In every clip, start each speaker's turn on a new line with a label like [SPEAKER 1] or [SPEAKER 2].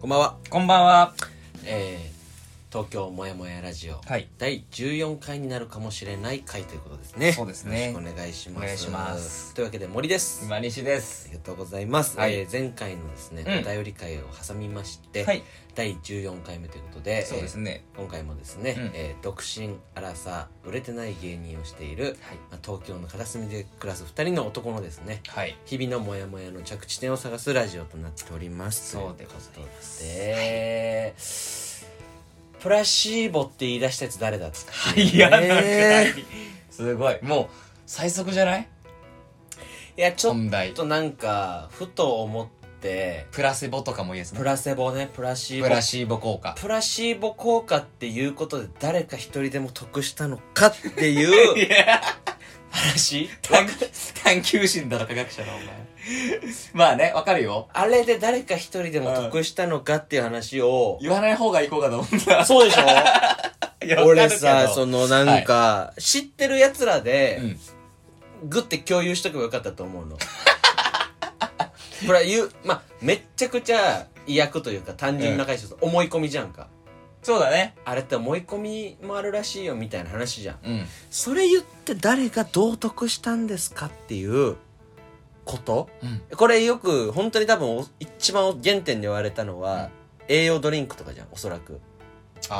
[SPEAKER 1] こんばんは。
[SPEAKER 2] こんばんは。
[SPEAKER 1] えー、東京もやもやラジオ、
[SPEAKER 2] はい
[SPEAKER 1] 第14回になるかもしれない回ということですね。
[SPEAKER 2] そうですね
[SPEAKER 1] よろしくお願いします。
[SPEAKER 2] お願いします
[SPEAKER 1] というわけで森です。あ
[SPEAKER 2] 今西です。
[SPEAKER 1] りがとうございます。
[SPEAKER 2] はい
[SPEAKER 1] えー前回のですね、
[SPEAKER 2] うん
[SPEAKER 1] お便り会を挟みまして、
[SPEAKER 2] はい
[SPEAKER 1] 第14回目ということで、
[SPEAKER 2] そうですね。
[SPEAKER 1] えー今回もですね、
[SPEAKER 2] うん
[SPEAKER 1] えー独身、荒さ、売れてない芸人をしている、
[SPEAKER 2] はい。
[SPEAKER 1] まあ東京の片隅で暮らす2人の男のですね、
[SPEAKER 2] はい。
[SPEAKER 1] 日々のモヤモヤの着地点を探すラジオとなっております
[SPEAKER 2] そうでございます
[SPEAKER 1] で、プラシーボって言い出したやつ誰だっつって
[SPEAKER 2] はい、やなくな
[SPEAKER 1] え
[SPEAKER 2] い。すごい。もう、最速じゃない
[SPEAKER 1] いやちょっ
[SPEAKER 2] 本題。
[SPEAKER 1] となんかふと思って
[SPEAKER 2] プラセボとかも言えず
[SPEAKER 1] プラセボねプラシーボ
[SPEAKER 2] プラシーボ効果。
[SPEAKER 1] プラシーボ効果っていうことで誰か一人でも得したのかって いう話
[SPEAKER 2] 探探求心だろ、科学者のお前。まあね、わかるよ。
[SPEAKER 1] あれで誰か一人でも得したのかっていう話を
[SPEAKER 2] 言わない方がいい効果だもんな。
[SPEAKER 1] そうでしょ
[SPEAKER 2] いや
[SPEAKER 1] 俺さ、そ、のなん
[SPEAKER 2] ん
[SPEAKER 1] か、知ってる奴ら
[SPEAKER 2] わかるけどう
[SPEAKER 1] で、
[SPEAKER 2] ん。
[SPEAKER 1] グって共有しとけばよかったと思うの。これは言う、まあ、めっちゃくちゃ意訳というか単純な解釈、思い込みじゃんか。
[SPEAKER 2] そうだね。
[SPEAKER 1] あれって思い込みもあるらしいよみたいな話じゃん。
[SPEAKER 2] うん。
[SPEAKER 1] それ言って誰が道徳したんですかっていうこと
[SPEAKER 2] うん。
[SPEAKER 1] これよく、本当に多分お一番原点で言われたのは、栄養ドリンクとかじゃん、おそらく。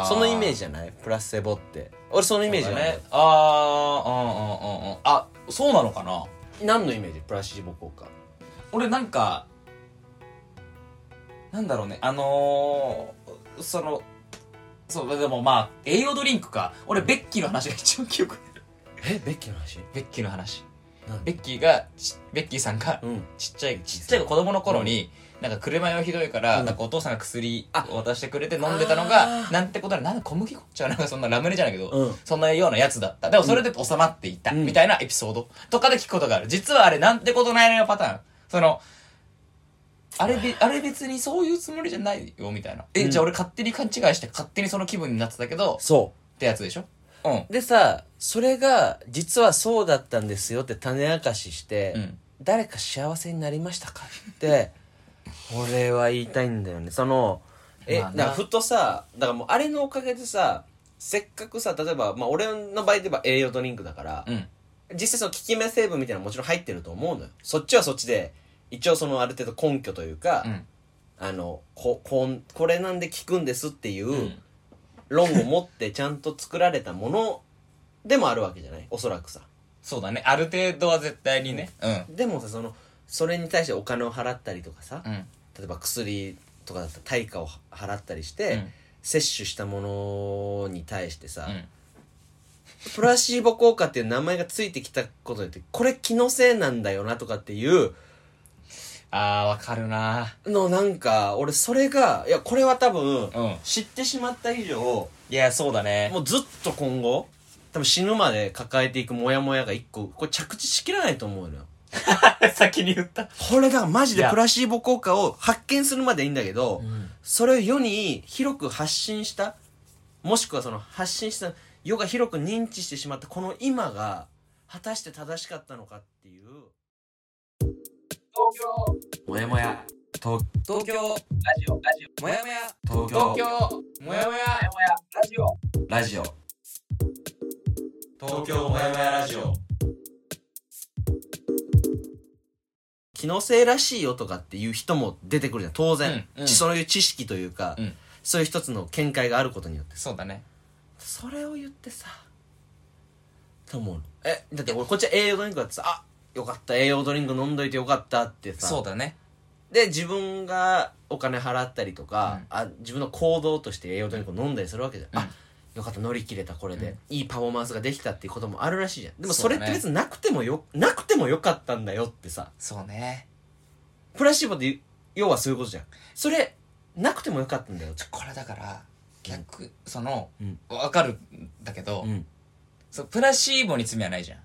[SPEAKER 1] そのイメージ
[SPEAKER 2] ジ
[SPEAKER 1] じゃないプラセボって。俺そのイメージなんだよ
[SPEAKER 2] ね。あー、うんうんうんうん。あ、そうなのかな
[SPEAKER 1] 何のイメージプラシーボ効果
[SPEAKER 2] 俺なんかなんだろうねあのー、そのそうでもまあ栄養ドリンクか俺ベッキーの話が一番記憶ある
[SPEAKER 1] えベッキーの話
[SPEAKER 2] ベッキーの話
[SPEAKER 1] 何
[SPEAKER 2] ベッキーがちベッキーさんが
[SPEAKER 1] うん
[SPEAKER 2] ちっちゃいちっちゃい子供の頃に、なんか車酔いひどいから、
[SPEAKER 1] うん
[SPEAKER 2] なんかお父さんが薬
[SPEAKER 1] あ
[SPEAKER 2] を渡してくれて飲んでたのが
[SPEAKER 1] あー
[SPEAKER 2] なんてことはなんか小麦粉じゃなんかそんなラムネじゃないけど、
[SPEAKER 1] うん
[SPEAKER 2] そんなようなやつだったでもそれで収まっていた、
[SPEAKER 1] うん
[SPEAKER 2] みたいなエピソードとかで聞くことがある実はあれなんてことないのよパターンそのあれべあれ別にそういうつもりじゃないよみたいなえ、
[SPEAKER 1] うん
[SPEAKER 2] じゃあ俺勝手に勘違いして勝手にその気分になってたけど
[SPEAKER 1] そ
[SPEAKER 2] ってやつでしょうん
[SPEAKER 1] うでさそれが実はそうだったんですよって種明かしして、
[SPEAKER 2] うん
[SPEAKER 1] 誰か幸せになりましたかって 俺は言いたいんだよねそのえ、
[SPEAKER 2] まあな
[SPEAKER 1] なんかふとさだからもうあれのおかげでさせっかくさ例えば、まあ、俺の場合で言えば栄養ドリンクだから、
[SPEAKER 2] うん
[SPEAKER 1] 実際その効き目成分みたいなのもちろん入ってると思うのよそっちはそっちで一応そのある程度根拠というか、
[SPEAKER 2] うん
[SPEAKER 1] あのここんこれなんで効くんですっていう、
[SPEAKER 2] うん
[SPEAKER 1] 論を持ってちゃんと作られたものでもあるわけじゃないおそらくさ
[SPEAKER 2] そうだねある程度は絶対にねうん
[SPEAKER 1] でもさそのそれに対してお金を払ったりとかさ、
[SPEAKER 2] うん
[SPEAKER 1] 例えば薬とかだったら対価を払ったりし
[SPEAKER 2] う
[SPEAKER 1] て、
[SPEAKER 2] ん
[SPEAKER 1] 摂取したものに対してさ、
[SPEAKER 2] うん
[SPEAKER 1] プラシーボ効果っていう名前がついてきたことによってこれ気のせいなんだよなとかっていう
[SPEAKER 2] あーわかるな
[SPEAKER 1] のなんか俺それがいやこれは多分
[SPEAKER 2] うん
[SPEAKER 1] 知ってしまった以上
[SPEAKER 2] いやそうだね
[SPEAKER 1] もうずっと今後多分死ぬまで抱えていくモヤモヤが一個これ着地しきらないと思うのよ
[SPEAKER 2] 先に言った、
[SPEAKER 1] これだからマジ
[SPEAKER 2] い
[SPEAKER 1] で
[SPEAKER 2] や
[SPEAKER 1] プラシーボ効果を発見するまでいいんだけど、
[SPEAKER 2] ん、
[SPEAKER 1] それを世に広く発信したもしくはその発信した世が広く認知してしまったこの今が果たして正しかったのかっていう東京もやもや東
[SPEAKER 2] 東京
[SPEAKER 1] もやもや
[SPEAKER 2] 東京もやもや
[SPEAKER 1] ラジオ
[SPEAKER 2] 東京もやもやラジオ
[SPEAKER 1] 気のせいらしいよとかっていう人も出てくるじゃん当然、
[SPEAKER 2] うんうん
[SPEAKER 1] そういう知識というか、
[SPEAKER 2] うん
[SPEAKER 1] そういう一つの見解があることによって
[SPEAKER 2] そうだね
[SPEAKER 1] それを言ってさと思うのえだって俺こっちは栄養ドリンクだってさあよかった栄養ドリンク飲んどいてよかったってさ
[SPEAKER 2] そうだね
[SPEAKER 1] で自分がお金払ったりとか、あ自分の行動として栄養ドリンクを飲んだりするわけじゃん、
[SPEAKER 2] うん
[SPEAKER 1] あよかった乗り切れたこれで、いいパフォーマンスができたっていうこともあるらしいじゃんでもそれって別になくてもよ、なくてもよかったんだよってさ
[SPEAKER 2] そうね
[SPEAKER 1] プラシーボって要はそういうことじゃんそれなくてもよかったんだよって
[SPEAKER 2] これだから逆、その、
[SPEAKER 1] うん
[SPEAKER 2] わかるんだけど、
[SPEAKER 1] ん
[SPEAKER 2] そうプラシーボに罪はないじゃん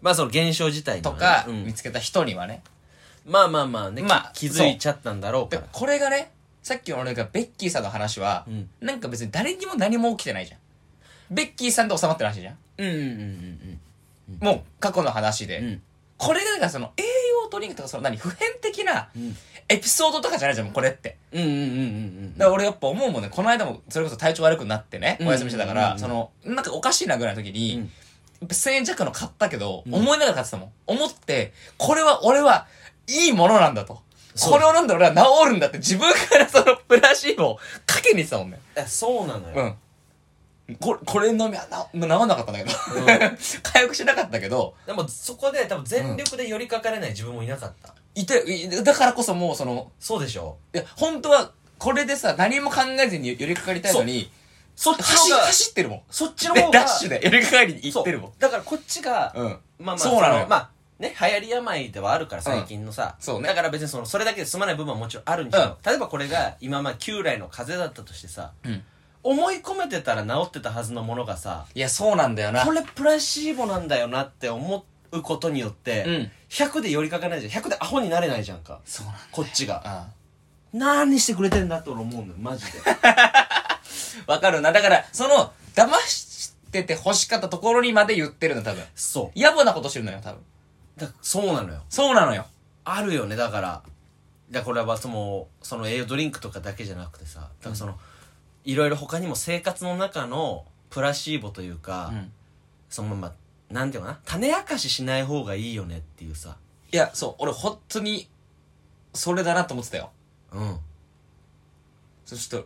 [SPEAKER 1] まあその現象自体に
[SPEAKER 2] と
[SPEAKER 1] はね
[SPEAKER 2] か、
[SPEAKER 1] うん
[SPEAKER 2] 見つけた人にはね
[SPEAKER 1] まあまあまあね、
[SPEAKER 2] まあ
[SPEAKER 1] 気づいちゃったんだろうか
[SPEAKER 2] で
[SPEAKER 1] ら
[SPEAKER 2] これがねさっきの俺がベッキーさんの話は、
[SPEAKER 1] うん
[SPEAKER 2] なんか別に誰にも何も起きてないじゃんベッキーさんと収まってる話じゃん、
[SPEAKER 1] うんうんうんうん
[SPEAKER 2] もう過去の話で、
[SPEAKER 1] うん
[SPEAKER 2] これがだからその栄養ドリンクとかその何普遍的な
[SPEAKER 1] うん
[SPEAKER 2] 栄エピソードとかじゃないじゃん、もうこれって。
[SPEAKER 1] うんうんうんうん
[SPEAKER 2] だから俺やっぱ思うもんね、この間もそれこそ体調悪くなってね、
[SPEAKER 1] うん
[SPEAKER 2] お休みしてたか
[SPEAKER 1] う
[SPEAKER 2] ら、
[SPEAKER 1] ん
[SPEAKER 2] その、なんかおかしいなぐらいの時に、
[SPEAKER 1] うん
[SPEAKER 2] やっぱ1000円弱の買ったけど、
[SPEAKER 1] うん
[SPEAKER 2] 思いながら買ってたもん。思って、これは俺はいいものなんだと。
[SPEAKER 1] そう
[SPEAKER 2] これを飲んで俺は治るんだって自分からそのプラシーボをかけに行ってたもんね。
[SPEAKER 1] いやそうなのよ、
[SPEAKER 2] うん。これ、これ飲みはな、治んなかったんだけど。
[SPEAKER 1] うん
[SPEAKER 2] 回復しなかったけど、
[SPEAKER 1] でもそこで多分全力で寄りかかれない自分もいなかった、
[SPEAKER 2] いて、いだからこそもうその、
[SPEAKER 1] そうでしょ
[SPEAKER 2] いや、本当は、これでさ、何も考えずに寄りかかりたいのに、
[SPEAKER 1] そっち
[SPEAKER 2] 走
[SPEAKER 1] の方が
[SPEAKER 2] 走ってるもん。
[SPEAKER 1] そっちの
[SPEAKER 2] で
[SPEAKER 1] 方、が
[SPEAKER 2] ダッシュで寄りかかりに行ってるもん。
[SPEAKER 1] そうだからこっちが、
[SPEAKER 2] うん。
[SPEAKER 1] まあまあ
[SPEAKER 2] そうなのよ
[SPEAKER 1] まあね流行り病ではあるから最近のさ、
[SPEAKER 2] そうね
[SPEAKER 1] だから別にそのそれだけで済まない部分はもちろんあるんじゃ、例えばこれが今まあ旧来の風邪だったとしてさ、
[SPEAKER 2] うん
[SPEAKER 1] 思い込めてたら治ってたはずのものがさ
[SPEAKER 2] いや、そうなんだよな
[SPEAKER 1] こ。れプラシーボなんだよなって思うことによって、
[SPEAKER 2] うん
[SPEAKER 1] 100で寄りかかないじゃん100でアホになれないじゃんか
[SPEAKER 2] そうなんだ。
[SPEAKER 1] こっちが
[SPEAKER 2] あ
[SPEAKER 1] 何してくれてんだって俺思うのよマ ジで
[SPEAKER 2] あわかるな。だから、その、騙してて欲しかったところにまで言ってるの、多分。
[SPEAKER 1] そ
[SPEAKER 2] 野暮なことしてるのよ、多分。
[SPEAKER 1] うだそうなのよ
[SPEAKER 2] そうなのよ。
[SPEAKER 1] あるよねだからだからこれはそのその栄養ドリンクとかだけじゃなくてさだからその、いろいろ他にも生活の中のプラシーボというか、
[SPEAKER 2] うん
[SPEAKER 1] そのままなんていうかな種明かししない方がいいよねっていうさ
[SPEAKER 2] いや、そう、俺、本当に、それだなと思ってたよ。
[SPEAKER 1] うん
[SPEAKER 2] そして、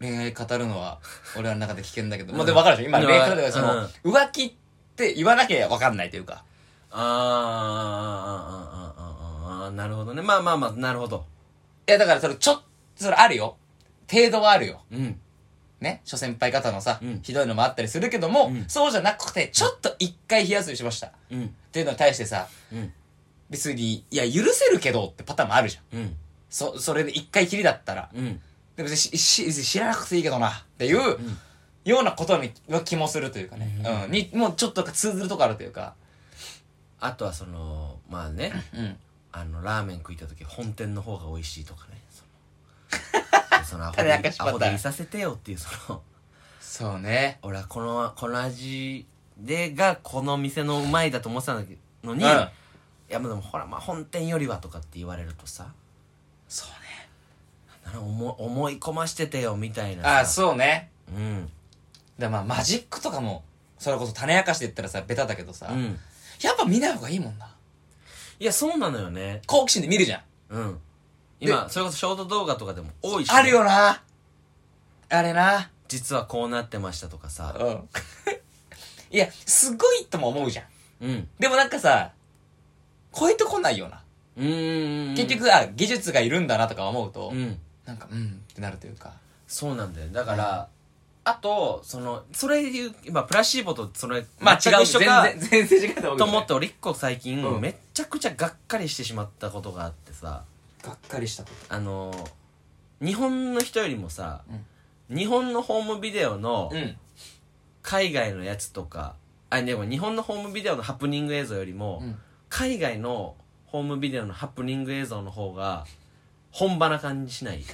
[SPEAKER 2] 恋愛語るのは、俺らの中で危険だけど。
[SPEAKER 1] うん
[SPEAKER 2] まあ、でも分かるでしょ今、
[SPEAKER 1] うん
[SPEAKER 2] 恋愛語るのは、その、
[SPEAKER 1] うん
[SPEAKER 2] 浮気って言わなきゃ分かんないというか。
[SPEAKER 1] あーあーあーあーあーあーあーなるほどねまあまあまあなるほど
[SPEAKER 2] いや、だから、それ、ちょっと、それあるよ。程度はあるよ。
[SPEAKER 1] うん
[SPEAKER 2] ね、諸先輩方のさ、
[SPEAKER 1] うん
[SPEAKER 2] ひどいのもあったりするけども、
[SPEAKER 1] うん
[SPEAKER 2] そうじゃなくて、ちょっと一回冷やすにしました。っ
[SPEAKER 1] うん
[SPEAKER 2] ていうのに対してさ、
[SPEAKER 1] うん
[SPEAKER 2] 別に、いや、許せるけどってパターンもあるじゃん。
[SPEAKER 1] うん
[SPEAKER 2] そ、それで一回きりだったら。
[SPEAKER 1] うん
[SPEAKER 2] でもし、し、知らなくていいけどな、っていう、
[SPEAKER 1] ん
[SPEAKER 2] ようなことに、は気もするというかね。
[SPEAKER 1] う
[SPEAKER 2] うん。に、もうちょっと通ずるとこあるというか。
[SPEAKER 1] あとはそのまあね
[SPEAKER 2] うん。
[SPEAKER 1] あのラーメン食いた時本店の方が美味しいと かねそのそのアホ
[SPEAKER 2] 種明
[SPEAKER 1] で
[SPEAKER 2] かしパターン
[SPEAKER 1] アホでいさせてよっていうその
[SPEAKER 2] そうね。
[SPEAKER 1] 俺はこのこの味でがこの店のうまいだと思ってたのに、
[SPEAKER 2] うん
[SPEAKER 1] いやまあでもほらまあ本店よりはとかって言われるとさ
[SPEAKER 2] そうね。
[SPEAKER 1] なんか思い思い込ましててよみたいなさ
[SPEAKER 2] ああ、そうね。
[SPEAKER 1] うん
[SPEAKER 2] だからまあ、マジックとかも、それこそ種明かしで言ったらさ、ベタだけどさ、
[SPEAKER 1] うん
[SPEAKER 2] やっぱ見ない方がいいもんな。
[SPEAKER 1] いやそうなのよね
[SPEAKER 2] 好奇心で見るじゃん。
[SPEAKER 1] うん今それこそショート動画とかでも多いしね、
[SPEAKER 2] あるよな。あれな。
[SPEAKER 1] 実はこうなってましたとかさ
[SPEAKER 2] うん。 いや、すごいとも思うじゃん。
[SPEAKER 1] うん
[SPEAKER 2] でもなんかさ、超えてこないよな。
[SPEAKER 1] うーん
[SPEAKER 2] 結局、あ、技術がいるんだなとか思うと、
[SPEAKER 1] うん
[SPEAKER 2] なんか、うんってなるというか。
[SPEAKER 1] そうなんだよだから、あとそのそれ言う今プラシーボとそれ
[SPEAKER 2] まあ違
[SPEAKER 1] 全く
[SPEAKER 2] う。
[SPEAKER 1] 一緒か
[SPEAKER 2] 全然、全然違うと思うけどね。
[SPEAKER 1] と思って俺一個最近、
[SPEAKER 2] うん
[SPEAKER 1] めちゃくちゃがっかりしてしまったことがあってさ
[SPEAKER 2] がっかりしたこと。
[SPEAKER 1] あの日本の人よりもさ、
[SPEAKER 2] うん
[SPEAKER 1] 日本のホームビデオの
[SPEAKER 2] うん。
[SPEAKER 1] 海外のやつとか、あでも日本のホームビデオのハプニング映像よりも、
[SPEAKER 2] うん
[SPEAKER 1] 海外のホームビデオのハプニング映像の方が本場な感じしない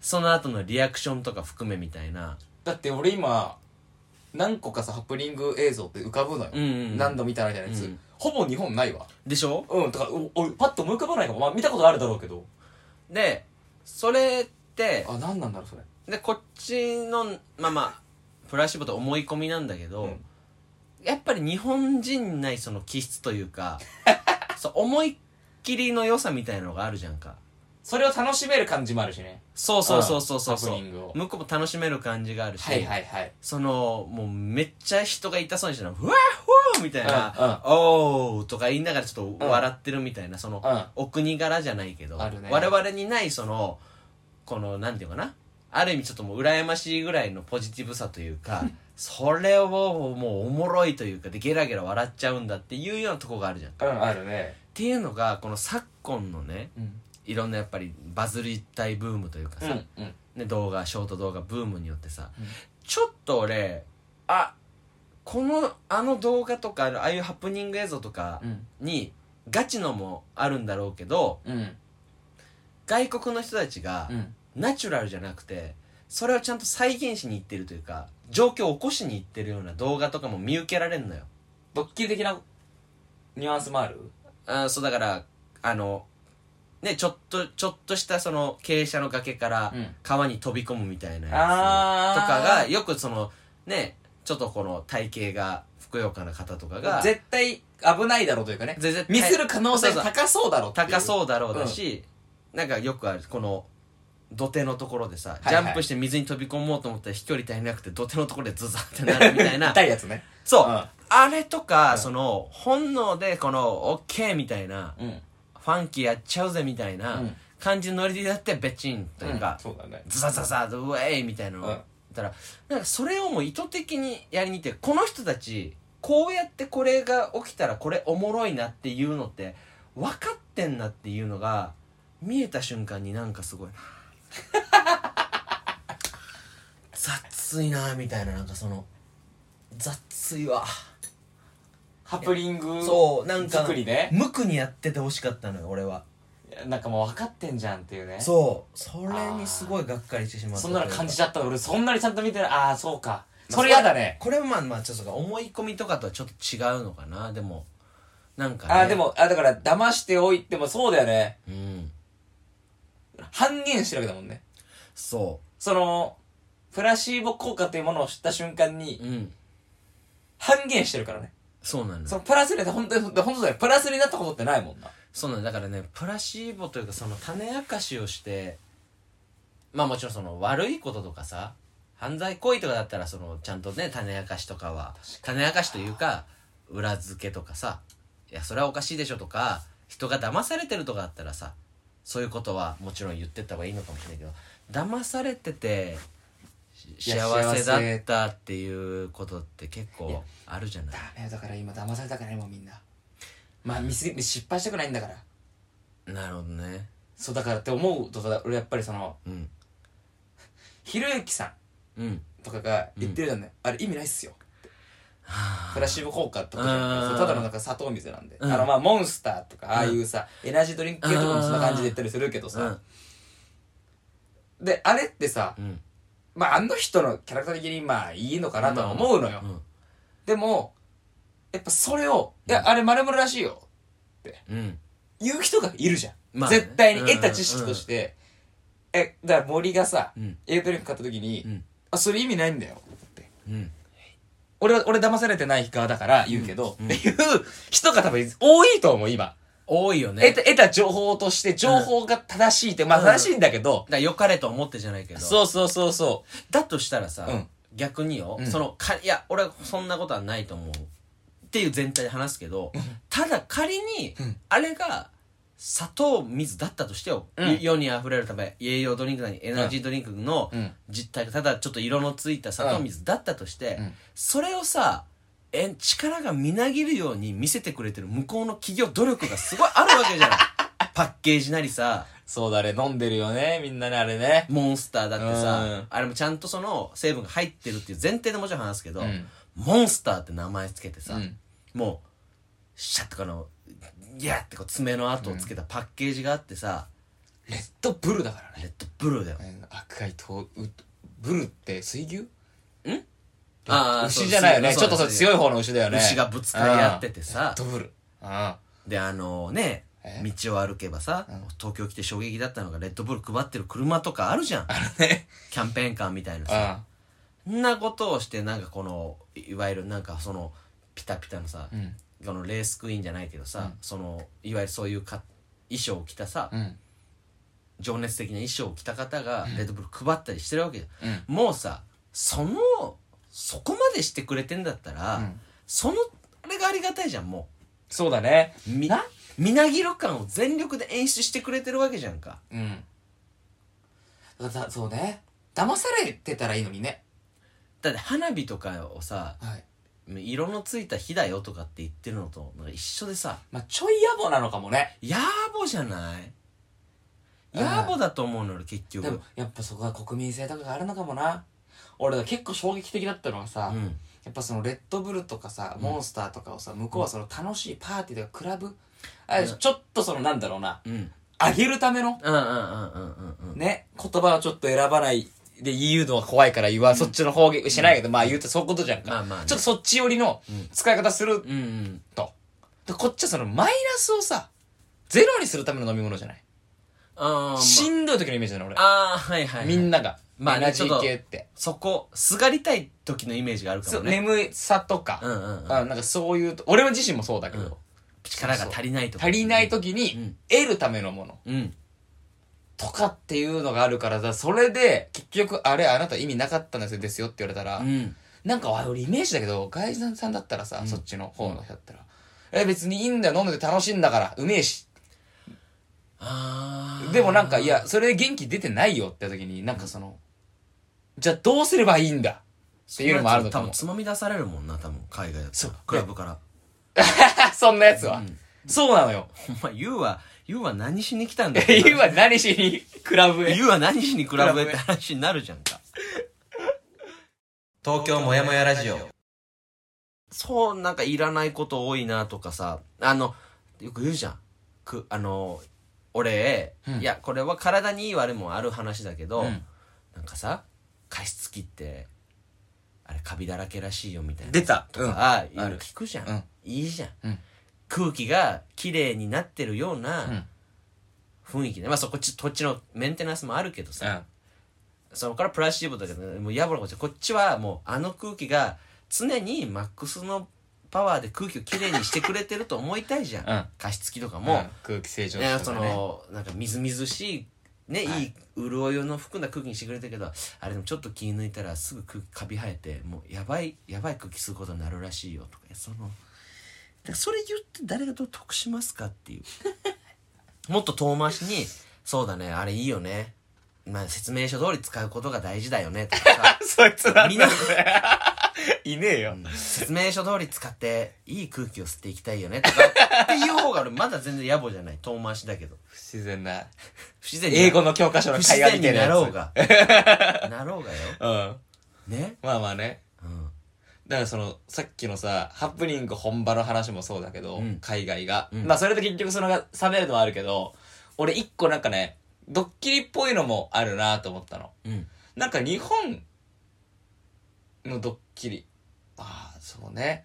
[SPEAKER 1] その後のリアクションとか含めみたいな
[SPEAKER 2] だって俺今、何個かさ、ハプニング映像って浮かぶのよ。
[SPEAKER 1] うんうん
[SPEAKER 2] 何度見たみたいなやつ、
[SPEAKER 1] うん
[SPEAKER 2] ほぼ日本ないわ。
[SPEAKER 1] でしょ
[SPEAKER 2] うん、だから、お俺パッと思い浮かばないかも。まあ見たことあるだろうけど。
[SPEAKER 1] でそれって
[SPEAKER 2] あ、何なんだろう、それ。
[SPEAKER 1] でこっちのまあまあプラシボと思い込みなんだけど、
[SPEAKER 2] うん
[SPEAKER 1] やっぱり日本人にないその気質という かそう思いっきりの良さみたいのがあるじゃんか
[SPEAKER 2] それを楽しめる感じもあるしね。
[SPEAKER 1] そうそうそうそうそう
[SPEAKER 2] ハ
[SPEAKER 1] そ
[SPEAKER 2] プニング
[SPEAKER 1] う
[SPEAKER 2] を
[SPEAKER 1] 向こうも楽しめる感じがあるし、
[SPEAKER 2] はいはいはい。
[SPEAKER 1] そのもうめっちゃ人が痛そうにしてるの「うわっほー!」みたいな「おー!」とか言いながらちょっと笑ってるみたいなその、
[SPEAKER 2] う
[SPEAKER 1] お国柄じゃないけど、
[SPEAKER 2] あるね
[SPEAKER 1] 我々にないそのこのなんていうかなある意味ちょっともう羨ましいぐらいのポジティブさという かそれをもうおもろいというかでゲラゲラ笑っちゃうんだっていうようなとこがあるじゃん。っ
[SPEAKER 2] ん。うん、あるね。
[SPEAKER 1] ていうのがこの昨今のね
[SPEAKER 2] うん。
[SPEAKER 1] いろんなやっぱりバズりたいブームというか
[SPEAKER 2] う
[SPEAKER 1] さ、
[SPEAKER 2] ん。うん。
[SPEAKER 1] ね、動画ショート動画ブームによってさ、
[SPEAKER 2] うん
[SPEAKER 1] ちょっと俺あこのあの動画とかああいうハプニング映像とか
[SPEAKER 2] うん。
[SPEAKER 1] にガチのもあるんだろうけど、
[SPEAKER 2] うん。
[SPEAKER 1] 外国の人たちが
[SPEAKER 2] うん。
[SPEAKER 1] ナチュラルじゃなくてそれをちゃんと再現しに行ってるというか状況を起こしに行ってるような動画とかも見受けられるのよ
[SPEAKER 2] ドッキリ的なニュアンスもある
[SPEAKER 1] あーそうだからあのね、ちょっと、ちょっとしたその傾斜の崖から
[SPEAKER 2] うん
[SPEAKER 1] 川に飛び込むみたいなやつ
[SPEAKER 2] あ
[SPEAKER 1] と
[SPEAKER 2] ー
[SPEAKER 1] かが、よくその、ね、ちょっとこの体型がふくよかな方とかが、
[SPEAKER 2] 絶対危ないだろうというかね
[SPEAKER 1] ぜ絶対
[SPEAKER 2] ミスる可能性高そうだろうっていう
[SPEAKER 1] 高
[SPEAKER 2] う
[SPEAKER 1] そうだろうだし、なんかよくある、この、土手のところでさ、
[SPEAKER 2] はいはい
[SPEAKER 1] ジャンプして水に飛び込もうと思ったら飛距離足りなくて土手のところでズザってなるみ たいな
[SPEAKER 2] 痛いやつね
[SPEAKER 1] そう、
[SPEAKER 2] うん
[SPEAKER 1] あれとか、
[SPEAKER 2] うん
[SPEAKER 1] その本能でこのオッケーみたいな、
[SPEAKER 2] うん
[SPEAKER 1] ファンキーやっちゃうぜみたいな
[SPEAKER 2] うん
[SPEAKER 1] 感じのノリでやってベチンというか、
[SPEAKER 2] そうだね
[SPEAKER 1] ズザザザウェイみたいなの、
[SPEAKER 2] うん
[SPEAKER 1] だったらなんかそれをもう意図的にやりに行ってこの人たちこうやってこれが起きたらこれおもろいなっていうのって分かってんなっていうのが見えた瞬間になんかすごい 雑いなみたいななんかその雑いわ
[SPEAKER 2] ハプニング
[SPEAKER 1] そうなんか
[SPEAKER 2] 作りね
[SPEAKER 1] 無垢にやっててほしかったのよ俺は
[SPEAKER 2] なんかもう分かってんじゃんっていうね
[SPEAKER 1] そうそれにすごいがっかりしてしまった
[SPEAKER 2] そんなの感じ
[SPEAKER 1] た
[SPEAKER 2] ちゃった俺そんなにちゃんと見てないああそうかそれやだね
[SPEAKER 1] これはまあまあちょっと思い込みとかとはちょっと違うのかなでもなんか、ね、
[SPEAKER 2] ああでもあだから騙しておいてもそうだよね
[SPEAKER 1] うん
[SPEAKER 2] 半減してるわけだもんね
[SPEAKER 1] そ
[SPEAKER 2] そのプラシーボ効果というものを知った瞬間に
[SPEAKER 1] ううん
[SPEAKER 2] 半減してるからね
[SPEAKER 1] そうなんだ
[SPEAKER 2] そのプラスになった本当に本当にそうだよプラスになったことってないもんな
[SPEAKER 1] そうなんだだからねプラシーボというかその種明かしをしてまあもちろんその悪いこととかさ犯罪行為とかだったらそのちゃんとね種明かしとかは種明かしというか裏付けとかさいやそれはおかしいでしょとか人が騙されてるとかだったらさそういうことはもちろん言ってった方がいいのかもしれないけど騙されててし
[SPEAKER 2] い
[SPEAKER 1] 幸
[SPEAKER 2] や
[SPEAKER 1] せ
[SPEAKER 2] 幸
[SPEAKER 1] だ
[SPEAKER 2] せ
[SPEAKER 1] ったっていうことって結
[SPEAKER 2] いや
[SPEAKER 1] 構あるじゃない
[SPEAKER 2] ダメよだから今騙されたくないもんみんなまあ見すぎ失敗したくないんだから
[SPEAKER 1] なるほどね
[SPEAKER 2] そうだからって思うとさ俺やっぱりその
[SPEAKER 1] うん
[SPEAKER 2] ひろゆきさん
[SPEAKER 1] うん
[SPEAKER 2] とかが言ってるじゃない、あれ意味ないっすよプラシーボ効果とかじゃなくて
[SPEAKER 1] うん
[SPEAKER 2] ただのなんか砂糖水なんで、
[SPEAKER 1] うん
[SPEAKER 2] あのまあモンスターとかああいうさ、エナジードリンク系とかもそんな感じで言ったりするけ
[SPEAKER 1] う
[SPEAKER 2] ど
[SPEAKER 1] ん
[SPEAKER 2] さ、であれってさ、
[SPEAKER 1] うん
[SPEAKER 2] まああの人のキャラクター的にまあいいのかなとは思うのよ、
[SPEAKER 1] うん
[SPEAKER 2] でもやっぱそれを「いやあれまるらしいよ
[SPEAKER 1] うん」
[SPEAKER 2] 言う人がいるじゃん、
[SPEAKER 1] まあね
[SPEAKER 2] 絶対に得た知識として、えだから森がさ、
[SPEAKER 1] うん
[SPEAKER 2] エイドリンク買った時に、
[SPEAKER 1] うん
[SPEAKER 2] あそれ意味ないんだよって
[SPEAKER 1] うん
[SPEAKER 2] 俺は、俺騙されてない側だから言うけど、っていう人が多分多いと思う、今。
[SPEAKER 1] 多いよね
[SPEAKER 2] 得た、得た情報として、情報が正しいって、まあ
[SPEAKER 1] うん
[SPEAKER 2] 正しいんだけど、
[SPEAKER 1] だから良かれと思ってじゃないけど
[SPEAKER 2] そうそうそうそ
[SPEAKER 1] だとしたらさ、
[SPEAKER 2] うん
[SPEAKER 1] 逆によ、
[SPEAKER 2] うん
[SPEAKER 1] そのかいや俺はそんなことはないと思うっていう全体で話すけど、ただ仮に、
[SPEAKER 2] うん
[SPEAKER 1] あれが砂糖水だったとしてよ、
[SPEAKER 2] うん
[SPEAKER 1] 世にあふれるため栄養ドリンクなりエナジードリンクの
[SPEAKER 2] うん
[SPEAKER 1] 実態がただちょっと色のついた砂糖水だったとして、
[SPEAKER 2] うん
[SPEAKER 1] それをさえ力がみなぎるように見せてくれてる向こうの企業努力がすごいあるわけじ ゃないパッケージなりさ
[SPEAKER 2] う。そうだね、飲んでるよね、みんなね、あれね。
[SPEAKER 1] モンスターだってさ、
[SPEAKER 2] うん
[SPEAKER 1] あれもちゃんとその成分が入ってるっていう前提でもちろん話すけど、
[SPEAKER 2] うん
[SPEAKER 1] モンスターって名前つけてさ、
[SPEAKER 2] うん
[SPEAKER 1] もうシャッとこのギャーってこう爪の跡をつけたパッケージがあってさ、
[SPEAKER 2] レッドブルだからね。
[SPEAKER 1] レッドブルーだよ、
[SPEAKER 2] うん赤いとう、ブルって水牛
[SPEAKER 1] あー
[SPEAKER 2] 牛じゃないよね。
[SPEAKER 1] そ
[SPEAKER 2] ち
[SPEAKER 1] う
[SPEAKER 2] ょっとそれ強い方の牛だよね。
[SPEAKER 1] 牛がぶつかり合ってて
[SPEAKER 2] レッ
[SPEAKER 1] さ
[SPEAKER 2] ドブル。あ
[SPEAKER 1] であのね
[SPEAKER 2] え
[SPEAKER 1] 道を歩けばさ、
[SPEAKER 2] うん
[SPEAKER 1] 東京来て衝撃だったのがレッドブル配ってる車とかあるじゃん
[SPEAKER 2] あね。
[SPEAKER 1] キャンペーンカーみたいなさ
[SPEAKER 2] あ
[SPEAKER 1] んなことをしてなんかこのいいわゆるなんかそのピタピタのさ、
[SPEAKER 2] うん。
[SPEAKER 1] このレースクイーンじゃないけどさ、そのいわゆるそういうか衣装を着たさ、
[SPEAKER 2] うん。
[SPEAKER 1] 情熱的な衣装を着た方がレッドブル配ったりしてるわけじゃん、
[SPEAKER 2] う
[SPEAKER 1] もうさそのそこまでしてくれてんだったら、
[SPEAKER 2] うん
[SPEAKER 1] そのあれがありがたいじゃんも
[SPEAKER 2] そうだね。
[SPEAKER 1] うみ
[SPEAKER 2] な
[SPEAKER 1] みなぎる感を全力で演出してくれてるわけじゃんか
[SPEAKER 2] うん。だだそうね。騙されてたらいいのにね。
[SPEAKER 1] だって花火とかをさ
[SPEAKER 2] はい。
[SPEAKER 1] 色のついた火だよとかって言ってるのとなんか一緒でさ
[SPEAKER 2] まあ、ちょい野暮なのかもね。
[SPEAKER 1] 野暮じゃない
[SPEAKER 2] うん
[SPEAKER 1] 野暮だと思うのよ結
[SPEAKER 2] でも
[SPEAKER 1] 局、
[SPEAKER 2] やっぱそこは国民性とかがあるのかもな。俺、結構衝撃的だったのがさ、
[SPEAKER 1] うん、
[SPEAKER 2] やっぱそのレッドブルとかさ、モンスターとかをさ、向こうはその楽しいパーティーとかクラブ、あ
[SPEAKER 1] うん
[SPEAKER 2] ちょっとそのなんだろうな、
[SPEAKER 1] うん
[SPEAKER 2] あげるための、
[SPEAKER 1] うんうんうんうんうんうん
[SPEAKER 2] ね、言葉をちょっと選ばないで言うのは怖いから言わ、そっちの方言しないけど、まあ言うとそういうことじゃんか。
[SPEAKER 1] まあまあね
[SPEAKER 2] ちょっとそっち寄りの使い方する
[SPEAKER 1] うんうん
[SPEAKER 2] と。で、こっちはそのマイナスをさ、ゼロにするための飲み物じゃない。
[SPEAKER 1] あー、
[SPEAKER 2] しんどい時のイメージなの俺、
[SPEAKER 1] あーはいはい、はい、
[SPEAKER 2] みんなが、
[SPEAKER 1] まあね
[SPEAKER 2] エナジー系って
[SPEAKER 1] そこすがりたい時のイメージがあるか
[SPEAKER 2] そ
[SPEAKER 1] も
[SPEAKER 2] う
[SPEAKER 1] ね
[SPEAKER 2] 眠さとか、
[SPEAKER 1] うんうんうん
[SPEAKER 2] あなんかそういうと俺自身もそうだけど、
[SPEAKER 1] うん力が足りないとか
[SPEAKER 2] 足りない時に、
[SPEAKER 1] うん
[SPEAKER 2] 得るためのもの
[SPEAKER 1] うん
[SPEAKER 2] とかっていうのがあるからさそれで結局あれあなた意味なかったんですよですよって言われたら、
[SPEAKER 1] うん
[SPEAKER 2] なんかあ俺イメージだけど外山さんだったらさ、
[SPEAKER 1] うん
[SPEAKER 2] そっちの方の人だったら、え別にいいんだよ飲んでて楽しいんだからうめえし
[SPEAKER 1] あー
[SPEAKER 2] でもなんかいやそれ元気出てないよって時になんかその、じゃあどうすればいいんだ っていうのもあるのかも
[SPEAKER 1] 多分つまみ出されるもんな多分海外だった
[SPEAKER 2] そう
[SPEAKER 1] らクラブから
[SPEAKER 2] そんなやつは、
[SPEAKER 1] うん
[SPEAKER 2] そうなのよ
[SPEAKER 1] お前 YOU は YOU は何しに来たんだよ
[SPEAKER 2] 言うは何しにクラブへ
[SPEAKER 1] YOU は何しにクラブへっ
[SPEAKER 2] ク
[SPEAKER 1] て
[SPEAKER 2] ラ
[SPEAKER 1] 話になるじゃんか
[SPEAKER 2] 東京もやもやラジオ
[SPEAKER 1] そうなんかいらないこと多いなとかさあのよく言うじゃんくあの俺、
[SPEAKER 2] うん
[SPEAKER 1] いやこれは体にいい悪いもある話だけど、
[SPEAKER 2] うん
[SPEAKER 1] なんかさ加湿器ってあれカビだらけらしいよみたいな
[SPEAKER 2] 出た
[SPEAKER 1] とか、
[SPEAKER 2] うんある
[SPEAKER 1] 聞くじゃん、
[SPEAKER 2] うん
[SPEAKER 1] いいじゃん、
[SPEAKER 2] うん
[SPEAKER 1] 空気が綺麗になってるよう
[SPEAKER 2] うんう
[SPEAKER 1] なん雰囲気で、まあそこち土地のメンテナンスもあるけどさ、そこからプラシーボだけどもうやぼなことしてこっちはもうあの空気が常にマックスのパワーで空気をきれいにしてくれてると思いたいじゃん、
[SPEAKER 2] うん
[SPEAKER 1] 加湿器とか
[SPEAKER 2] もう
[SPEAKER 1] も、
[SPEAKER 2] ん空気清浄
[SPEAKER 1] ね、
[SPEAKER 2] 機
[SPEAKER 1] そ
[SPEAKER 2] とかね
[SPEAKER 1] のなんかみずみずしいね、
[SPEAKER 2] はい
[SPEAKER 1] い、い潤いをの含んだ空気にしてくれてるけどあれでもちょっと気抜いたらすぐ空気カビ生えてもうやばいやばい空気吸うことになるらしいよとかそのだからそれ言って誰がどう得しますかっていう もっと遠回しに「そうだねあれいいよね」まあ、説明書通り使うことが大事だよねとかさ
[SPEAKER 2] そいつ なんだ
[SPEAKER 1] みんな
[SPEAKER 2] いねえよ、
[SPEAKER 1] 説明書通り使っていい空気を吸っていきたいよねとかっていう方が俺まだ全然野暮じゃない遠回しだけど
[SPEAKER 2] 不自然な
[SPEAKER 1] 不自然に
[SPEAKER 2] 英語の教科書の
[SPEAKER 1] 不
[SPEAKER 2] 会
[SPEAKER 1] 自
[SPEAKER 2] 話み
[SPEAKER 1] 然
[SPEAKER 2] た
[SPEAKER 1] に
[SPEAKER 2] いな
[SPEAKER 1] な
[SPEAKER 2] やつ
[SPEAKER 1] ろうが なろうがよ
[SPEAKER 2] うん
[SPEAKER 1] ね
[SPEAKER 2] まあまあね
[SPEAKER 1] うん
[SPEAKER 2] だからそのさっきのさハプニング本場の話もそうだけど、
[SPEAKER 1] うん
[SPEAKER 2] 海外が、
[SPEAKER 1] うん
[SPEAKER 2] まあそれで結局そのが冷めるのはあるけど俺一個なんかねドッキリっぽいのもあるなと思ったの
[SPEAKER 1] うん
[SPEAKER 2] なんか日本のドッキリああそうね、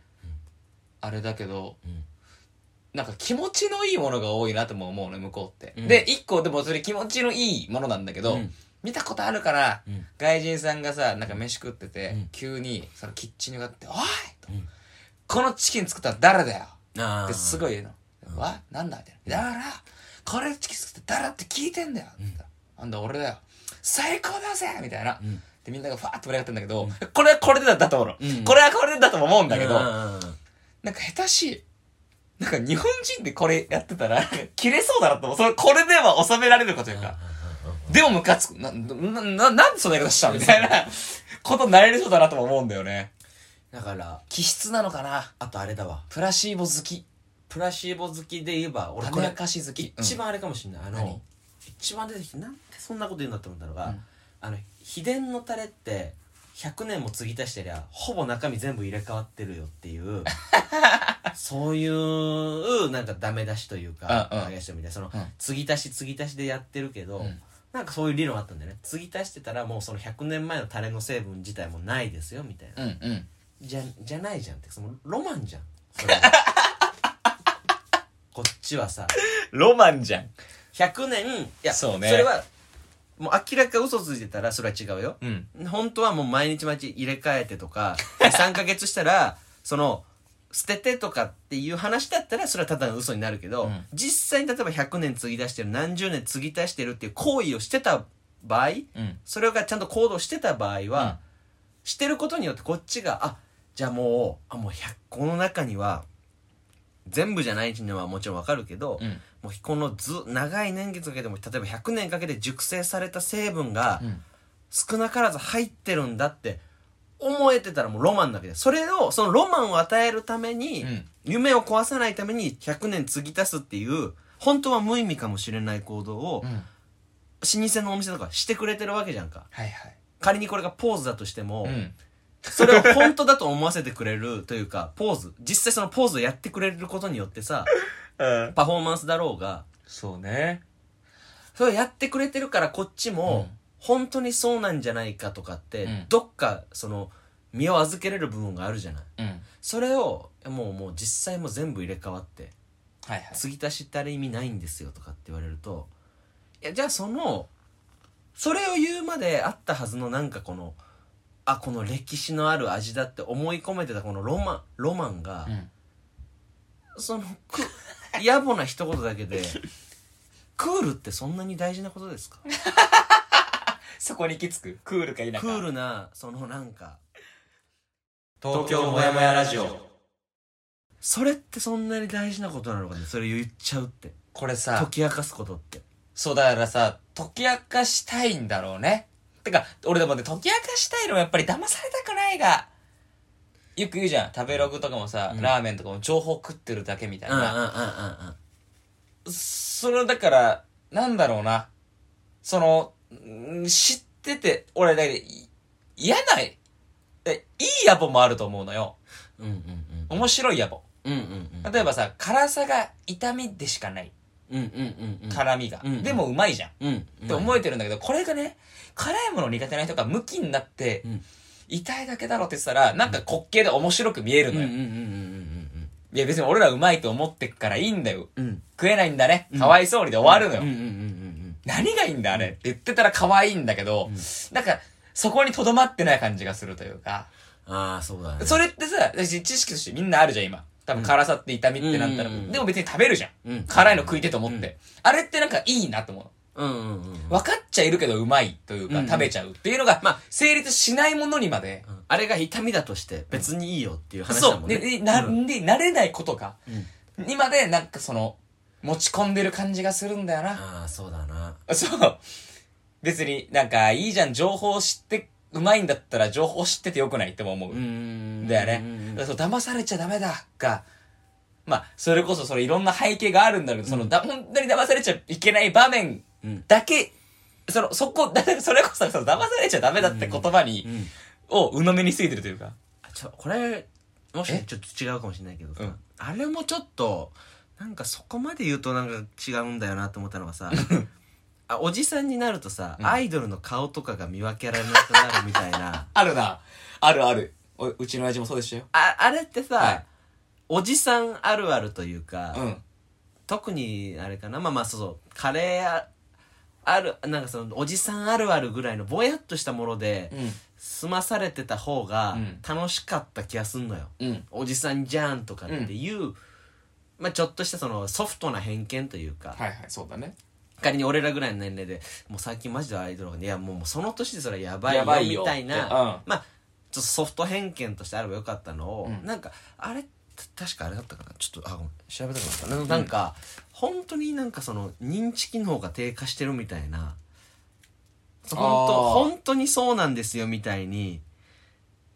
[SPEAKER 2] あれだけど
[SPEAKER 1] うん
[SPEAKER 2] なんか気持ちのいいものが多いなとも思うね向こうって、
[SPEAKER 1] うん
[SPEAKER 2] で一個でもそれ気持ちのいいものなんだけど、
[SPEAKER 1] うん
[SPEAKER 2] 見たことあるから、
[SPEAKER 1] うん
[SPEAKER 2] 外人さんがさなんか飯食ってて、
[SPEAKER 1] うん
[SPEAKER 2] 急にそのキッチンに向かって「おい!」と、
[SPEAKER 1] うん
[SPEAKER 2] このチキン作ったの誰だよ!」
[SPEAKER 1] あ
[SPEAKER 2] っ
[SPEAKER 1] あ
[SPEAKER 2] てす
[SPEAKER 1] い
[SPEAKER 2] ごい言うの「わなんだ?」みたいな「だからこれチキン作って誰って聞いてんだよ」って言ったらあんだ俺だよ最高だぜ!」みたいな、
[SPEAKER 1] ん
[SPEAKER 2] でみんながファーって盛り上がってんだけど、これはこれでだと思うの、
[SPEAKER 1] うん
[SPEAKER 2] これはこれでだとも思うんだ
[SPEAKER 1] だ
[SPEAKER 2] け
[SPEAKER 1] け
[SPEAKER 2] ど、
[SPEAKER 1] ど
[SPEAKER 2] なんか下手しい。なんか日本人でこれやってたら、なんか切れそうだなと思う。それ、これでは収められるかというか。でもムカつく。な、な、ななんでそんな言い方したのみたいなことになれるそうだなとも思うんだよね。
[SPEAKER 1] だから
[SPEAKER 2] 気質なのかな
[SPEAKER 1] あとあれだわ
[SPEAKER 2] プラシーボ好き。
[SPEAKER 1] プラシーボ好きで言えば俺こ
[SPEAKER 2] 種明
[SPEAKER 1] れ
[SPEAKER 2] かし好き。
[SPEAKER 1] 一番あれかもしんないあ
[SPEAKER 2] 何
[SPEAKER 1] の一番出てきてなんでそんなこと言うんだって思ったの
[SPEAKER 2] う
[SPEAKER 1] が
[SPEAKER 2] ん
[SPEAKER 1] あの秘伝のタレって100年も継ぎ足してりゃほぼ中身全部入れ替わってるよっていう そういうなんかダメ出しというか
[SPEAKER 2] うんうん
[SPEAKER 1] 激しいみたいなその
[SPEAKER 2] うん
[SPEAKER 1] 継ぎ足し継ぎ足しでやってるけど、
[SPEAKER 2] うん
[SPEAKER 1] なんかそういう理論あったんだよね継ぎ足してたらもうその100年前のタレの成分自体もないですよみたいな、
[SPEAKER 2] うん。うんうん。
[SPEAKER 1] じゃじゃないじゃんってそのロマンじゃんそ れこっちはさ
[SPEAKER 2] ロマンじゃん。
[SPEAKER 1] 100年いや
[SPEAKER 2] そうね
[SPEAKER 1] れはもう明らか嘘ついてたらそれは違うよ
[SPEAKER 2] うん。
[SPEAKER 1] 本当はもう毎日毎日入れ替えてと か3ヶ月したらその捨ててとかっていう話だったらそれはただの嘘になるけど、
[SPEAKER 2] うん
[SPEAKER 1] 実際に例えば100年継ぎ足してる何十年継ぎ足してるっていう行為をしてた場合
[SPEAKER 2] うん。
[SPEAKER 1] それがちゃんと行動してた場合は、
[SPEAKER 2] うん
[SPEAKER 1] してることによってこっちがあじゃあもうあもう100個の中には全部じゃないのはもちろんわかるけど、
[SPEAKER 2] うん。
[SPEAKER 1] もうこのず長い年月かけても例えば100年かけて熟成された成分が
[SPEAKER 2] うん
[SPEAKER 1] 少なからず入ってるんだって思えてたらもうロマンなわけでそれをそのロマンを与えるために、
[SPEAKER 2] うん
[SPEAKER 1] 夢を壊さないために100年継ぎ足すっていう本当は無意味かもしれない行動を、
[SPEAKER 2] うん。
[SPEAKER 1] 老舗のお店とかしてくれてるわけじゃんか
[SPEAKER 2] はいはい。
[SPEAKER 1] 仮にこれがポーズだとしても、
[SPEAKER 2] うん。
[SPEAKER 1] それを本当だと思わせてくれるというかポーズ実際そのポーズをやってくれることによってさ
[SPEAKER 2] うん。
[SPEAKER 1] パフォーマンスだろうが
[SPEAKER 2] そうね。
[SPEAKER 1] それをやってくれてるからこっちも
[SPEAKER 2] うん
[SPEAKER 1] 本当にそうなんじゃないかとかって、
[SPEAKER 2] うん
[SPEAKER 1] どっかその身を預けれる部分があるじゃない
[SPEAKER 2] うん。
[SPEAKER 1] それをもうもう実際もう全部入れ替わって
[SPEAKER 2] はいはい。
[SPEAKER 1] 継ぎ足したら意味ないんですよとかって言われるといやじゃあそのそれを言うまであったはずのなんかこのあこの歴史のある味だって思い込めてたこのロマンロマンが、
[SPEAKER 2] うん
[SPEAKER 1] そのく野暮な一言だけでクールってそんなに大事なことですか
[SPEAKER 2] そこに行き着くクールか否か
[SPEAKER 1] クールなそのなんか
[SPEAKER 2] 東京もやもやラジオ
[SPEAKER 1] それってそんなに大事なことなのかねそれ言っちゃうって
[SPEAKER 2] これ
[SPEAKER 1] 解
[SPEAKER 2] さ
[SPEAKER 1] き明かすことって
[SPEAKER 2] そうだからさ解き明かしたいんだろうねてか俺でもね解き明かしたいのはやっぱり騙されたくないがよく言うじゃん食べログとかもさ、ラーメンとかも情報食ってるだけみたい
[SPEAKER 1] うんうんうんうん
[SPEAKER 2] な、
[SPEAKER 1] うん
[SPEAKER 2] そのだからなんだろうなそのん知ってて俺だけどい嫌ないえいい野暮もあると思うのよ
[SPEAKER 1] うんうんうん
[SPEAKER 2] 面白い野暮
[SPEAKER 1] うんうん
[SPEAKER 2] 例えばさ辛さが痛みでしかない
[SPEAKER 1] うんうんうんうん
[SPEAKER 2] 辛みが、
[SPEAKER 1] うん
[SPEAKER 2] でもうまいじゃん
[SPEAKER 1] うん
[SPEAKER 2] っ
[SPEAKER 1] って
[SPEAKER 2] 思えてるんだけど、これがね、辛いもの苦手な人が無気になって、
[SPEAKER 1] うん
[SPEAKER 2] 痛いだけだろって言ってたら、なんか滑稽で面白く見える
[SPEAKER 1] うん
[SPEAKER 2] の
[SPEAKER 1] うん
[SPEAKER 2] よ。
[SPEAKER 1] うんうん
[SPEAKER 2] いや別に俺らうまいと思ってっからいいんだよ。
[SPEAKER 1] うんうんうん
[SPEAKER 2] 食えないんだね。かわいそうにで終わるのよ。
[SPEAKER 1] うんうんうんうん
[SPEAKER 2] 何がいいんだあれって言ってたら可愛いんだけど、なんか、そこにとどまってない感じがするというか。
[SPEAKER 1] うんああそうだね
[SPEAKER 2] それってさ、私知識としてみんなあるじゃん、今。多分辛さって痛みってなったら、
[SPEAKER 1] うんうんうん
[SPEAKER 2] でも別に食べるじゃん。
[SPEAKER 1] うん
[SPEAKER 2] 辛いの食いてと思って。
[SPEAKER 1] うん
[SPEAKER 2] あれってなんかいいなと思う。
[SPEAKER 1] うんうんうん
[SPEAKER 2] 分かっちゃいるけどうまいというか、
[SPEAKER 1] うん
[SPEAKER 2] 食べちゃうっていうの
[SPEAKER 1] ま
[SPEAKER 2] が、ま
[SPEAKER 1] あ
[SPEAKER 2] あ、成立しないものにまで、
[SPEAKER 1] あれが痛みだとして別にいいよっていう話だ
[SPEAKER 2] そ
[SPEAKER 1] も
[SPEAKER 2] う、
[SPEAKER 1] んね
[SPEAKER 2] で、でな、
[SPEAKER 1] うん
[SPEAKER 2] で、慣れないことが、
[SPEAKER 1] うん
[SPEAKER 2] にまで、なんかその、持ち込んでる感じがするんだよな。
[SPEAKER 1] ああそうだな
[SPEAKER 2] そう。別になんか、いいじゃん、情報を知って、うまいんだったら情報知っててよくないっても思
[SPEAKER 1] う
[SPEAKER 2] う。
[SPEAKER 1] ん
[SPEAKER 2] だよね。だからそう、騙されちゃダメだ、が、まあ、それこそ、そのいろんな背景があるんだけど、その、だ、本当に騙されちゃいけない場面
[SPEAKER 1] うん
[SPEAKER 2] だけ、その、そこ、だ、 それこそ、その騙されちゃダメだって言葉に、
[SPEAKER 1] うん
[SPEAKER 2] を鵜呑みについてるというか。
[SPEAKER 1] あちょこれも
[SPEAKER 2] え
[SPEAKER 1] しちょっと違うかもしれないけどさ、
[SPEAKER 2] うん
[SPEAKER 1] あれもちょっとなんかそこまで言うとなんか違うんだよなと思ったのが さあおじさんになるとさ、
[SPEAKER 2] うん
[SPEAKER 1] アイドルの顔とかが見分けられなくなるみたいな
[SPEAKER 2] あるな。あるある。おうちの親父もそうでしたよ。
[SPEAKER 1] ああれってさ、
[SPEAKER 2] はい
[SPEAKER 1] おじさんあるあるというか、
[SPEAKER 2] うん。
[SPEAKER 1] 特にあれかなまあまあそうそうカレーああるなんかそのおじさんあるあるぐらいのぼやっとしたもので
[SPEAKER 2] うん。
[SPEAKER 1] 済まされてた方が
[SPEAKER 2] うん
[SPEAKER 1] 楽しかった気がすんのよ、
[SPEAKER 2] うん。
[SPEAKER 1] おじさんじゃんとかっていう、まあ、ちょっとしたそのソフトな偏見というか、
[SPEAKER 2] はいはい、そうだね。
[SPEAKER 1] 仮に俺らぐらいの年齢でもう最近マジでアイドルがねいやもうもうその年でそれはやば
[SPEAKER 2] やば
[SPEAKER 1] い
[SPEAKER 2] い
[SPEAKER 1] よ
[SPEAKER 2] よ
[SPEAKER 1] みたいな
[SPEAKER 2] ってうん
[SPEAKER 1] まあちょっとソフト偏見としてあればよかったのを、
[SPEAKER 2] うん
[SPEAKER 1] なんかあれ確かあれだったかなちょっとあごめん調べたくなったななんか、本当になんかその認知機能が低下してるみたいな本当
[SPEAKER 2] あー
[SPEAKER 1] 本当にそうなんですよみたいに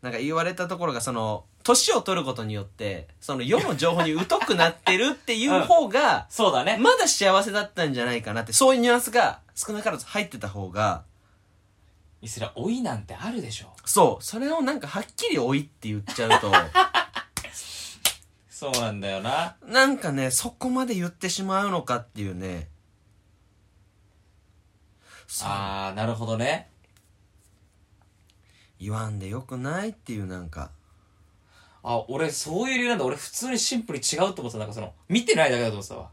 [SPEAKER 1] なんか言われたところがその年を取ることによってその世の情報に疎くなってるっていう方が、
[SPEAKER 2] そうだね。
[SPEAKER 1] まだ幸せだったんじゃないかなって、そういうニュアンスが少なからず入ってた方が、
[SPEAKER 2] いすら、老いなんてあるでしょ。
[SPEAKER 1] そう、それをなんかはっきり老いって言っち ゃうと、
[SPEAKER 2] そうなんだよな。
[SPEAKER 1] なんかね、そこまで言ってしまうのかっていうね。そう
[SPEAKER 2] あー、なるほどね。
[SPEAKER 1] 言わんでよくないっていうなんか、
[SPEAKER 2] あ、俺、そういう理由なんだ。俺、普通にシンプルに違うと思ってた。なんかその、見てないだけだと思ってたわ。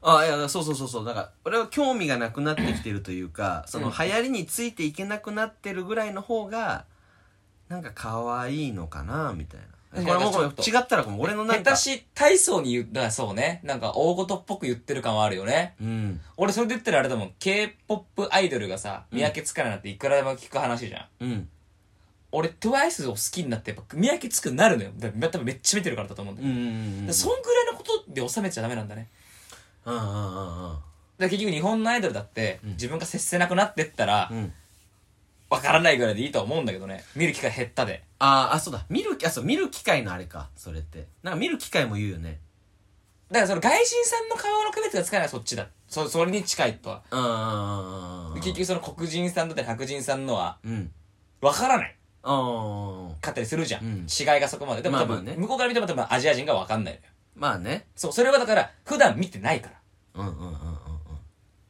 [SPEAKER 1] あ、いや、そうそうそうそう、だから、俺は興味がなくなってきてるというか、その
[SPEAKER 2] うん
[SPEAKER 1] 流行りについていけなくなってるぐらいの方が、なんか可愛いのかな、みたいな。これもうこれ
[SPEAKER 2] なんかち
[SPEAKER 1] 違ったらごめん、俺のなん
[SPEAKER 2] 下
[SPEAKER 1] か
[SPEAKER 2] 手、し体操に言う、だからそうね。なんか、大事っぽく言ってる感はあるよね。
[SPEAKER 1] うん、
[SPEAKER 2] 俺、それで言ったらあれだもん。K-POP アイドルがさ、見分けつかないなんていくらでも聞く話じゃん。
[SPEAKER 1] うん、
[SPEAKER 2] 俺、TWICE を好きになって、やっぱ、見分けつくようになるのよ。だ多分めっちゃ見てるからだと思うんだけど
[SPEAKER 1] うん、うんうんうん。
[SPEAKER 2] でそんぐらいのことで収めちゃダメなんだね
[SPEAKER 1] うんうんうん
[SPEAKER 2] だから結局日本のアイドルだって、
[SPEAKER 1] うん
[SPEAKER 2] 自分が接せなくなってったら、
[SPEAKER 1] うんうん
[SPEAKER 2] わからないぐらいでいいとは思うんだけどね見る機会減ったで
[SPEAKER 1] あーあそうだ見るあそう見る機会のあれかそれってなんか見る機会も言うよね
[SPEAKER 2] だからその外人さんの顔の区別がつかないのはそっちだそそれに近いとは
[SPEAKER 1] うんうんうんうん
[SPEAKER 2] 結局その黒人さんだったり白人さんのは
[SPEAKER 1] うん
[SPEAKER 2] わからない
[SPEAKER 1] あ
[SPEAKER 2] かったりするじゃん、
[SPEAKER 1] うん
[SPEAKER 2] 違いがそこまででも
[SPEAKER 1] まあ
[SPEAKER 2] 多
[SPEAKER 1] まあ
[SPEAKER 2] 分、
[SPEAKER 1] ね
[SPEAKER 2] 向こうから見ても多分アジア人がわかんないのよ
[SPEAKER 1] まあね
[SPEAKER 2] そうそれはだから普段見てないから
[SPEAKER 1] うんうんうんうんうん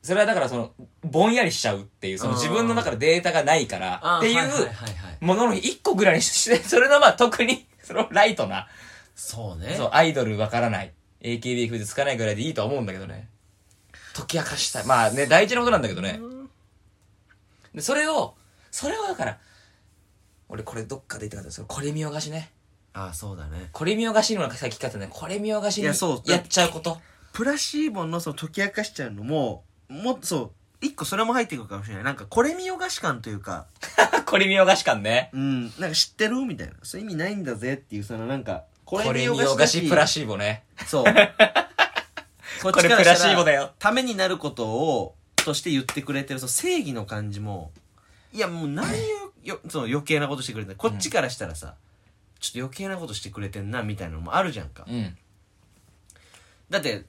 [SPEAKER 2] それはだからそのぼんやりしちゃうっていうその自分の中でデータがないから
[SPEAKER 1] あー
[SPEAKER 2] ってい
[SPEAKER 1] はいはいうはいはい
[SPEAKER 2] ものの一個ぐらいにして、それのまあ特に、そのライトな、
[SPEAKER 1] そうね
[SPEAKER 2] そう、アイドルわからない、AKB 風でつかないぐらいでいいとは思うんだけどね。解き明かしたい。まあね、大事なことなんだけどね。で、それを、それをだから、俺これどっかで言ったかったんですけど、これ見よがしね。
[SPEAKER 1] ああそうだね
[SPEAKER 2] これ見よがしにもさっき聞かったね。これ見よがしに
[SPEAKER 1] いやそう
[SPEAKER 2] やっちゃうこと。
[SPEAKER 1] プラシーボのその解き明かしちゃうのももっとそう一個それも入ってくるかもしれないなんかこれ見よがし感というか
[SPEAKER 2] これ見よがし感ね。
[SPEAKER 1] うんなんか知ってるみたいなそういう意味ないんだぜっていうそのなんかこ
[SPEAKER 2] これ見よがしプラシーボね。
[SPEAKER 1] そうこ
[SPEAKER 2] これプラシーボだよ。
[SPEAKER 1] ためになることをとして言ってくれてるその正義の感じもいやもう何を よその余計なことしてくれてるこっちからしたらさ、ちょっと余計なことしてくれてんなみたいなのもあるじゃんか、
[SPEAKER 2] うん。
[SPEAKER 1] だって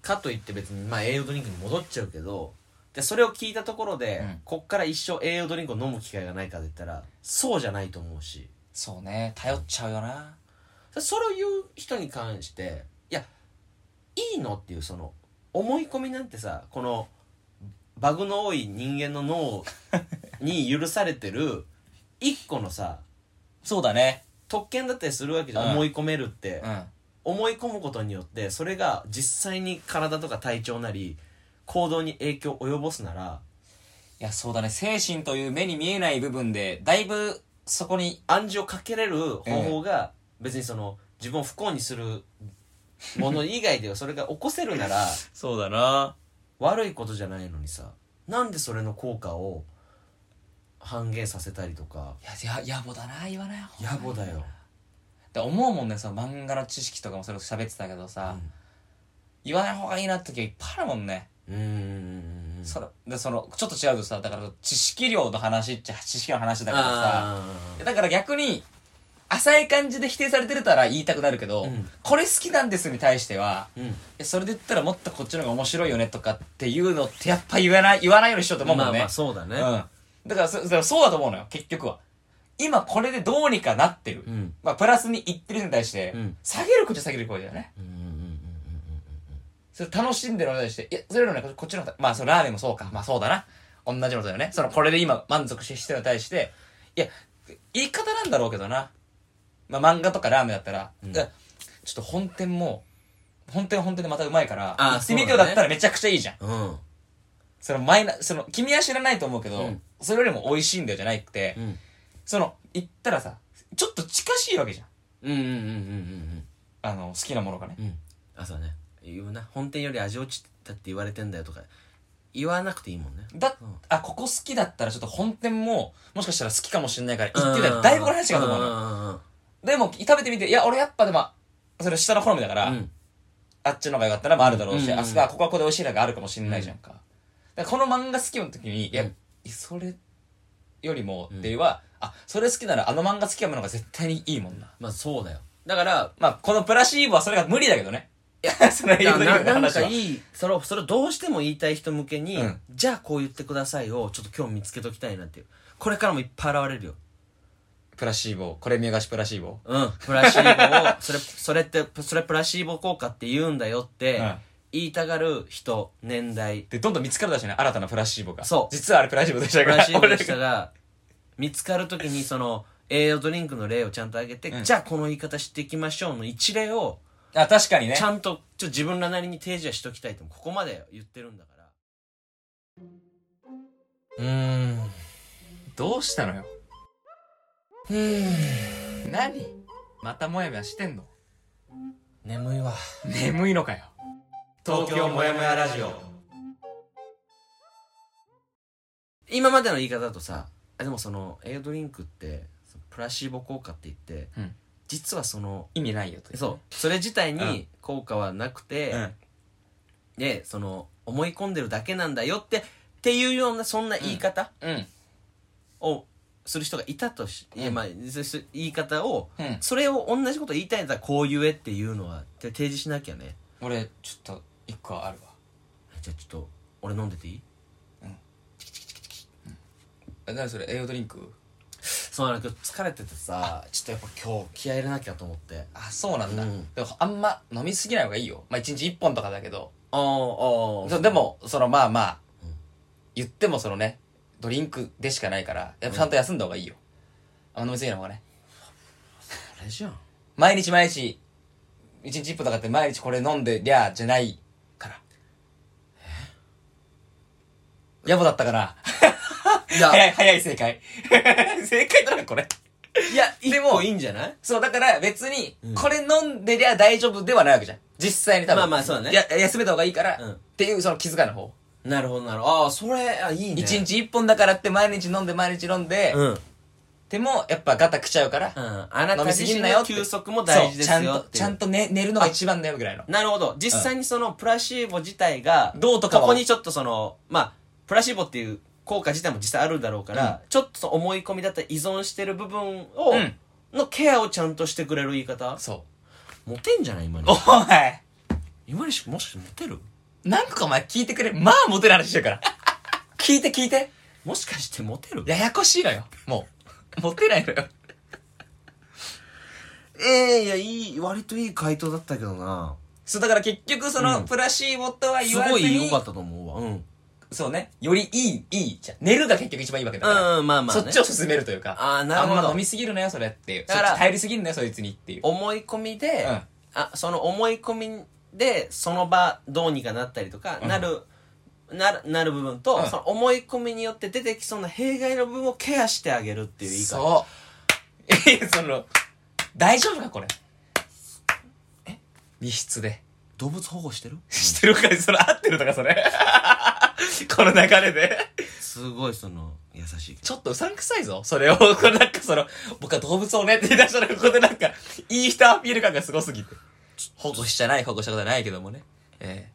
[SPEAKER 1] かといって別にまあ栄養ドリンクに戻っちゃうけどでそれを聞いたところで、
[SPEAKER 2] うん
[SPEAKER 1] こっから一生栄養ドリンクを飲む機会がないかと言ったらそうじゃないと思うし
[SPEAKER 2] そうね。頼っちゃうよな。
[SPEAKER 1] それを言う人に関していやいいのっていうその思い込みなんてさこのバグの多い人間の 脳に許されてる一個のさ
[SPEAKER 2] そうだね。
[SPEAKER 1] 特権だったりするわけじゃん、
[SPEAKER 2] うん
[SPEAKER 1] 思い込めるって、
[SPEAKER 2] うん。
[SPEAKER 1] 思い込むことによってそれが実際に体とか体調なり行動に影響を及ぼすなら
[SPEAKER 2] いや、そうだね。精神という目に見えない部分で、だいぶ、そこに、
[SPEAKER 1] 暗示をかけれる方法が別にその自分を不幸にするもの以外ではそれが起こせるな ら
[SPEAKER 2] そうだな。
[SPEAKER 1] 悪いことじゃないのにさなんでそれの効果を半減させたりとか
[SPEAKER 2] いや、や、野暮だな、言わない方
[SPEAKER 1] 野
[SPEAKER 2] がいい
[SPEAKER 1] 暮だよ。
[SPEAKER 2] で思うもんね、その漫画の知識とかもそれこそ喋ってたけどさ、言わない方がいいなって時はいっぱいあるもんね。
[SPEAKER 1] うんうん
[SPEAKER 2] それ、で、その、ちょっと違うとさ、だから知識量の話っちゃ知識量の話だからさ、
[SPEAKER 1] あ
[SPEAKER 2] だから逆に、浅い感じで否定されてるたら言いたくなるけど、
[SPEAKER 1] うん
[SPEAKER 2] これ好きなんですに対しては、
[SPEAKER 1] ーうん
[SPEAKER 2] いやそれで言ったらもっとこっちの方が面白いよねとかっていうのってやっぱ言わない、言わないようにしようと思うもん
[SPEAKER 1] ま
[SPEAKER 2] ね。
[SPEAKER 1] あまあそうだね
[SPEAKER 2] うん。だからそ、だからそうだと思うのよ、結局は。今これでどうにかなってる。
[SPEAKER 1] うん
[SPEAKER 2] まあ、プラスにいってるのに対して、
[SPEAKER 1] うん
[SPEAKER 2] 下げるこっちは下げる声だよね。
[SPEAKER 1] うんうんうん
[SPEAKER 2] それ楽しんでるのに対して、いや、それよりもねこっちの方が、まあ、そのラーメンもそうか。まあ、そうだな。同じことだよね。その、これで今満足してるのに対して、いや、言い方なんだろうけどな。まあ、漫画とかラーメンだったら、
[SPEAKER 1] うん
[SPEAKER 2] いやちょっと本店も、本店は本店でまたうまいから、
[SPEAKER 1] あー
[SPEAKER 2] 行ってみて
[SPEAKER 1] そう
[SPEAKER 2] よ
[SPEAKER 1] だ
[SPEAKER 2] だ
[SPEAKER 1] ね
[SPEAKER 2] ったらめちゃくちゃいいじゃん。
[SPEAKER 1] うんうん
[SPEAKER 2] そのマイナ、その、君は知らないと思うけど、
[SPEAKER 1] うん
[SPEAKER 2] それよりも美味しいんだよじゃなくて、
[SPEAKER 1] うん
[SPEAKER 2] その、行ったらさ、ちょっと近しいわけじゃん。
[SPEAKER 1] うんうんうんうんうん
[SPEAKER 2] あの、好きなものがね。
[SPEAKER 1] うんあそうだね言うな本店より味落ちたって言われてんだよとか言わなくていいもんね
[SPEAKER 2] だ、
[SPEAKER 1] うん
[SPEAKER 2] あ、ここ好きだったらちょっと本店も、もしかしたら好きかもしれないから行ってたらだいぶこれ話がと思うのよ。
[SPEAKER 1] の
[SPEAKER 2] でも、食べてみて、いや、俺やっぱでも、それ下の好みだから、あっちの方が良かったらもあるだろうし、
[SPEAKER 1] うんうん
[SPEAKER 2] あそこはここはここで美味しいのがあるかもしれないじゃんか。だからこの漫画好きの時に、いや、
[SPEAKER 1] うん
[SPEAKER 2] それよりもっていうは、あ、それ好きならあの漫画好きなものが絶対にいいもんな。
[SPEAKER 1] まあそうだよだから
[SPEAKER 2] まあ、このプラシーボはそれが無理だけどね。いや、 それは
[SPEAKER 1] な
[SPEAKER 2] 言うような
[SPEAKER 1] なん
[SPEAKER 2] 話
[SPEAKER 1] か
[SPEAKER 2] はい
[SPEAKER 1] いそれをそれをどうしても言いたい人向けに、
[SPEAKER 2] うん
[SPEAKER 1] じゃあこう言ってくださいをちょっと今日見つけときたいなっていうこれからもいっぱい現れるよ
[SPEAKER 2] プラシーボ。これ見がしプラシーボ。
[SPEAKER 1] うんプラシーボを それそれってそれプラシーボ効果って言うんだよって、
[SPEAKER 2] うん
[SPEAKER 1] 言いたがる人年代
[SPEAKER 2] で、どんどん見つかるだしね、新たなプラシーボが。
[SPEAKER 1] そう
[SPEAKER 2] 実はあれプラシーボでした
[SPEAKER 1] プ
[SPEAKER 2] から。
[SPEAKER 1] ラシーボでし
[SPEAKER 2] 俺
[SPEAKER 1] た
[SPEAKER 2] らが
[SPEAKER 1] が見つかる時にその栄養ドリンクの例をちゃんと挙げて、
[SPEAKER 2] うん
[SPEAKER 1] じゃあこの言い方していきましょうの一例を
[SPEAKER 2] あ、確かにね
[SPEAKER 1] ち。ゃんとちょっと自分らなりに提示はしときたいとここまで言ってるんだから
[SPEAKER 2] うーん。どうしたのよ。
[SPEAKER 1] うーん
[SPEAKER 2] 何またもやもやしてんの
[SPEAKER 1] 眠いわ
[SPEAKER 2] 眠いのかよ。東京もやもやラジオ。
[SPEAKER 1] 今までの言い方だとさあでもその栄養ドリンクってそのプラシーボ効果って言って、
[SPEAKER 2] うん
[SPEAKER 1] 実はその
[SPEAKER 2] 意味ないよと。
[SPEAKER 1] そうそれ自体
[SPEAKER 2] うん
[SPEAKER 1] に効果はなくて、
[SPEAKER 2] うん。
[SPEAKER 1] でその思い込んでるだけなんだよってっていうようなそんな言い方
[SPEAKER 2] うん。
[SPEAKER 1] をする人がいたとし、いや
[SPEAKER 2] うん
[SPEAKER 1] まあそうそう言い方を、
[SPEAKER 2] うん。
[SPEAKER 1] それを同じこと言いたいんだったらこう言えっていうのはて提示しなきゃね
[SPEAKER 2] 俺、ちょっと、一個あるわ。
[SPEAKER 1] じゃあちょっと俺飲んでていい
[SPEAKER 2] え、何それ栄養ドリンク
[SPEAKER 1] そうなの今日疲れててさちょっとやっぱ今日気合い入れなきゃと思って
[SPEAKER 2] あ、そうなんだ。
[SPEAKER 1] うん
[SPEAKER 2] でも、あんま飲みすぎない方がいいよ。まあ、一日一本とかだけど。
[SPEAKER 1] ああ
[SPEAKER 2] そうでもそのまあまあ、
[SPEAKER 1] うん
[SPEAKER 2] 言ってもそのねドリンクでしかないからやっぱちゃんと休んだ方がいいよ、あんま飲みすぎない方がね
[SPEAKER 1] あれじゃん
[SPEAKER 2] 毎日毎日一日一本とかって毎日これ飲んでりゃじゃないから野暮だったから。
[SPEAKER 1] いや
[SPEAKER 2] 早い、早い 正解。正解だな、これ。
[SPEAKER 1] いや
[SPEAKER 2] で
[SPEAKER 1] で
[SPEAKER 2] も
[SPEAKER 1] もいいんじゃない
[SPEAKER 2] そう、だから別に
[SPEAKER 1] うん、
[SPEAKER 2] これ飲んでりゃ大丈夫ではないわけじゃん。実際に多分。
[SPEAKER 1] まあまあそうだね
[SPEAKER 2] や、休めた方がいいから、
[SPEAKER 1] うん
[SPEAKER 2] っていうその気遣いの方。
[SPEAKER 1] なるほどなるほどああそれあいいね
[SPEAKER 2] 一、日一本だからって毎日飲んで毎日飲んで、
[SPEAKER 1] うん、うん、
[SPEAKER 2] でもやっぱガタくちゃうから、
[SPEAKER 1] あなた
[SPEAKER 2] 飲み
[SPEAKER 1] 自
[SPEAKER 2] すぎ
[SPEAKER 1] 身
[SPEAKER 2] んなよ
[SPEAKER 1] の
[SPEAKER 2] って
[SPEAKER 1] 休息も大事ですよ
[SPEAKER 2] そう
[SPEAKER 1] ってい
[SPEAKER 2] ちゃんとちゃんと寝寝るのが一番だよぐらいの
[SPEAKER 1] なるほど実際にそのプラシーボ自体が
[SPEAKER 2] どうとかは
[SPEAKER 1] ここにちょっとそのまあプラシーボっていう効果自体も実際あるだろうから、ちょっとその思い込みだったり依存してる部分を、
[SPEAKER 2] うん
[SPEAKER 1] のケアをちゃんとしてくれる言い方
[SPEAKER 2] そ
[SPEAKER 1] モテんじゃない今
[SPEAKER 2] うお
[SPEAKER 1] に
[SPEAKER 2] い
[SPEAKER 1] 今にしもしかしてモテる
[SPEAKER 2] 何個かお前聞いてくれまあモテる話してるから聞いて聞いて
[SPEAKER 1] もしかしてモテる
[SPEAKER 2] ややこしいのよもうモテないのよ
[SPEAKER 1] ええいやいい割といい回答だったけどな
[SPEAKER 2] そうだから結局その、
[SPEAKER 1] うん
[SPEAKER 2] プラシーボとは
[SPEAKER 1] す
[SPEAKER 2] 言わず
[SPEAKER 1] ご
[SPEAKER 2] に
[SPEAKER 1] い良かったと思うわうん
[SPEAKER 2] そうねよりいいいいじゃん寝るが結局一番いいわけだから、
[SPEAKER 1] うんまあまあ、ね、
[SPEAKER 2] そっちを勧めるというか
[SPEAKER 1] あーなるほど
[SPEAKER 2] あんま飲みすぎるなよそれっていう
[SPEAKER 1] だから
[SPEAKER 2] そっち頼りすぎんなよそいつにっていう
[SPEAKER 1] 思い込みで、
[SPEAKER 2] うん
[SPEAKER 1] あその思い込みでその場どうにかなったりとか、
[SPEAKER 2] うん
[SPEAKER 1] なるなるなる部分と、
[SPEAKER 2] うん
[SPEAKER 1] その思い込みによって出てきそうな弊害の部分をケアしてあげるっていう言い方
[SPEAKER 2] そう。 いや、その、大丈夫かこれ。え密室で。
[SPEAKER 1] 動物保護してる
[SPEAKER 2] してるかいそれ合ってるとか、それ。 この流れで。
[SPEAKER 1] すごいその優しい
[SPEAKER 2] ちょっとうさんくさいぞ。それを、 これなんかその、僕は動物をねって言い出したら、ここでなんか、いい人アピール感がすごすぎて。保護しじゃない、保護したことはないけどもね。え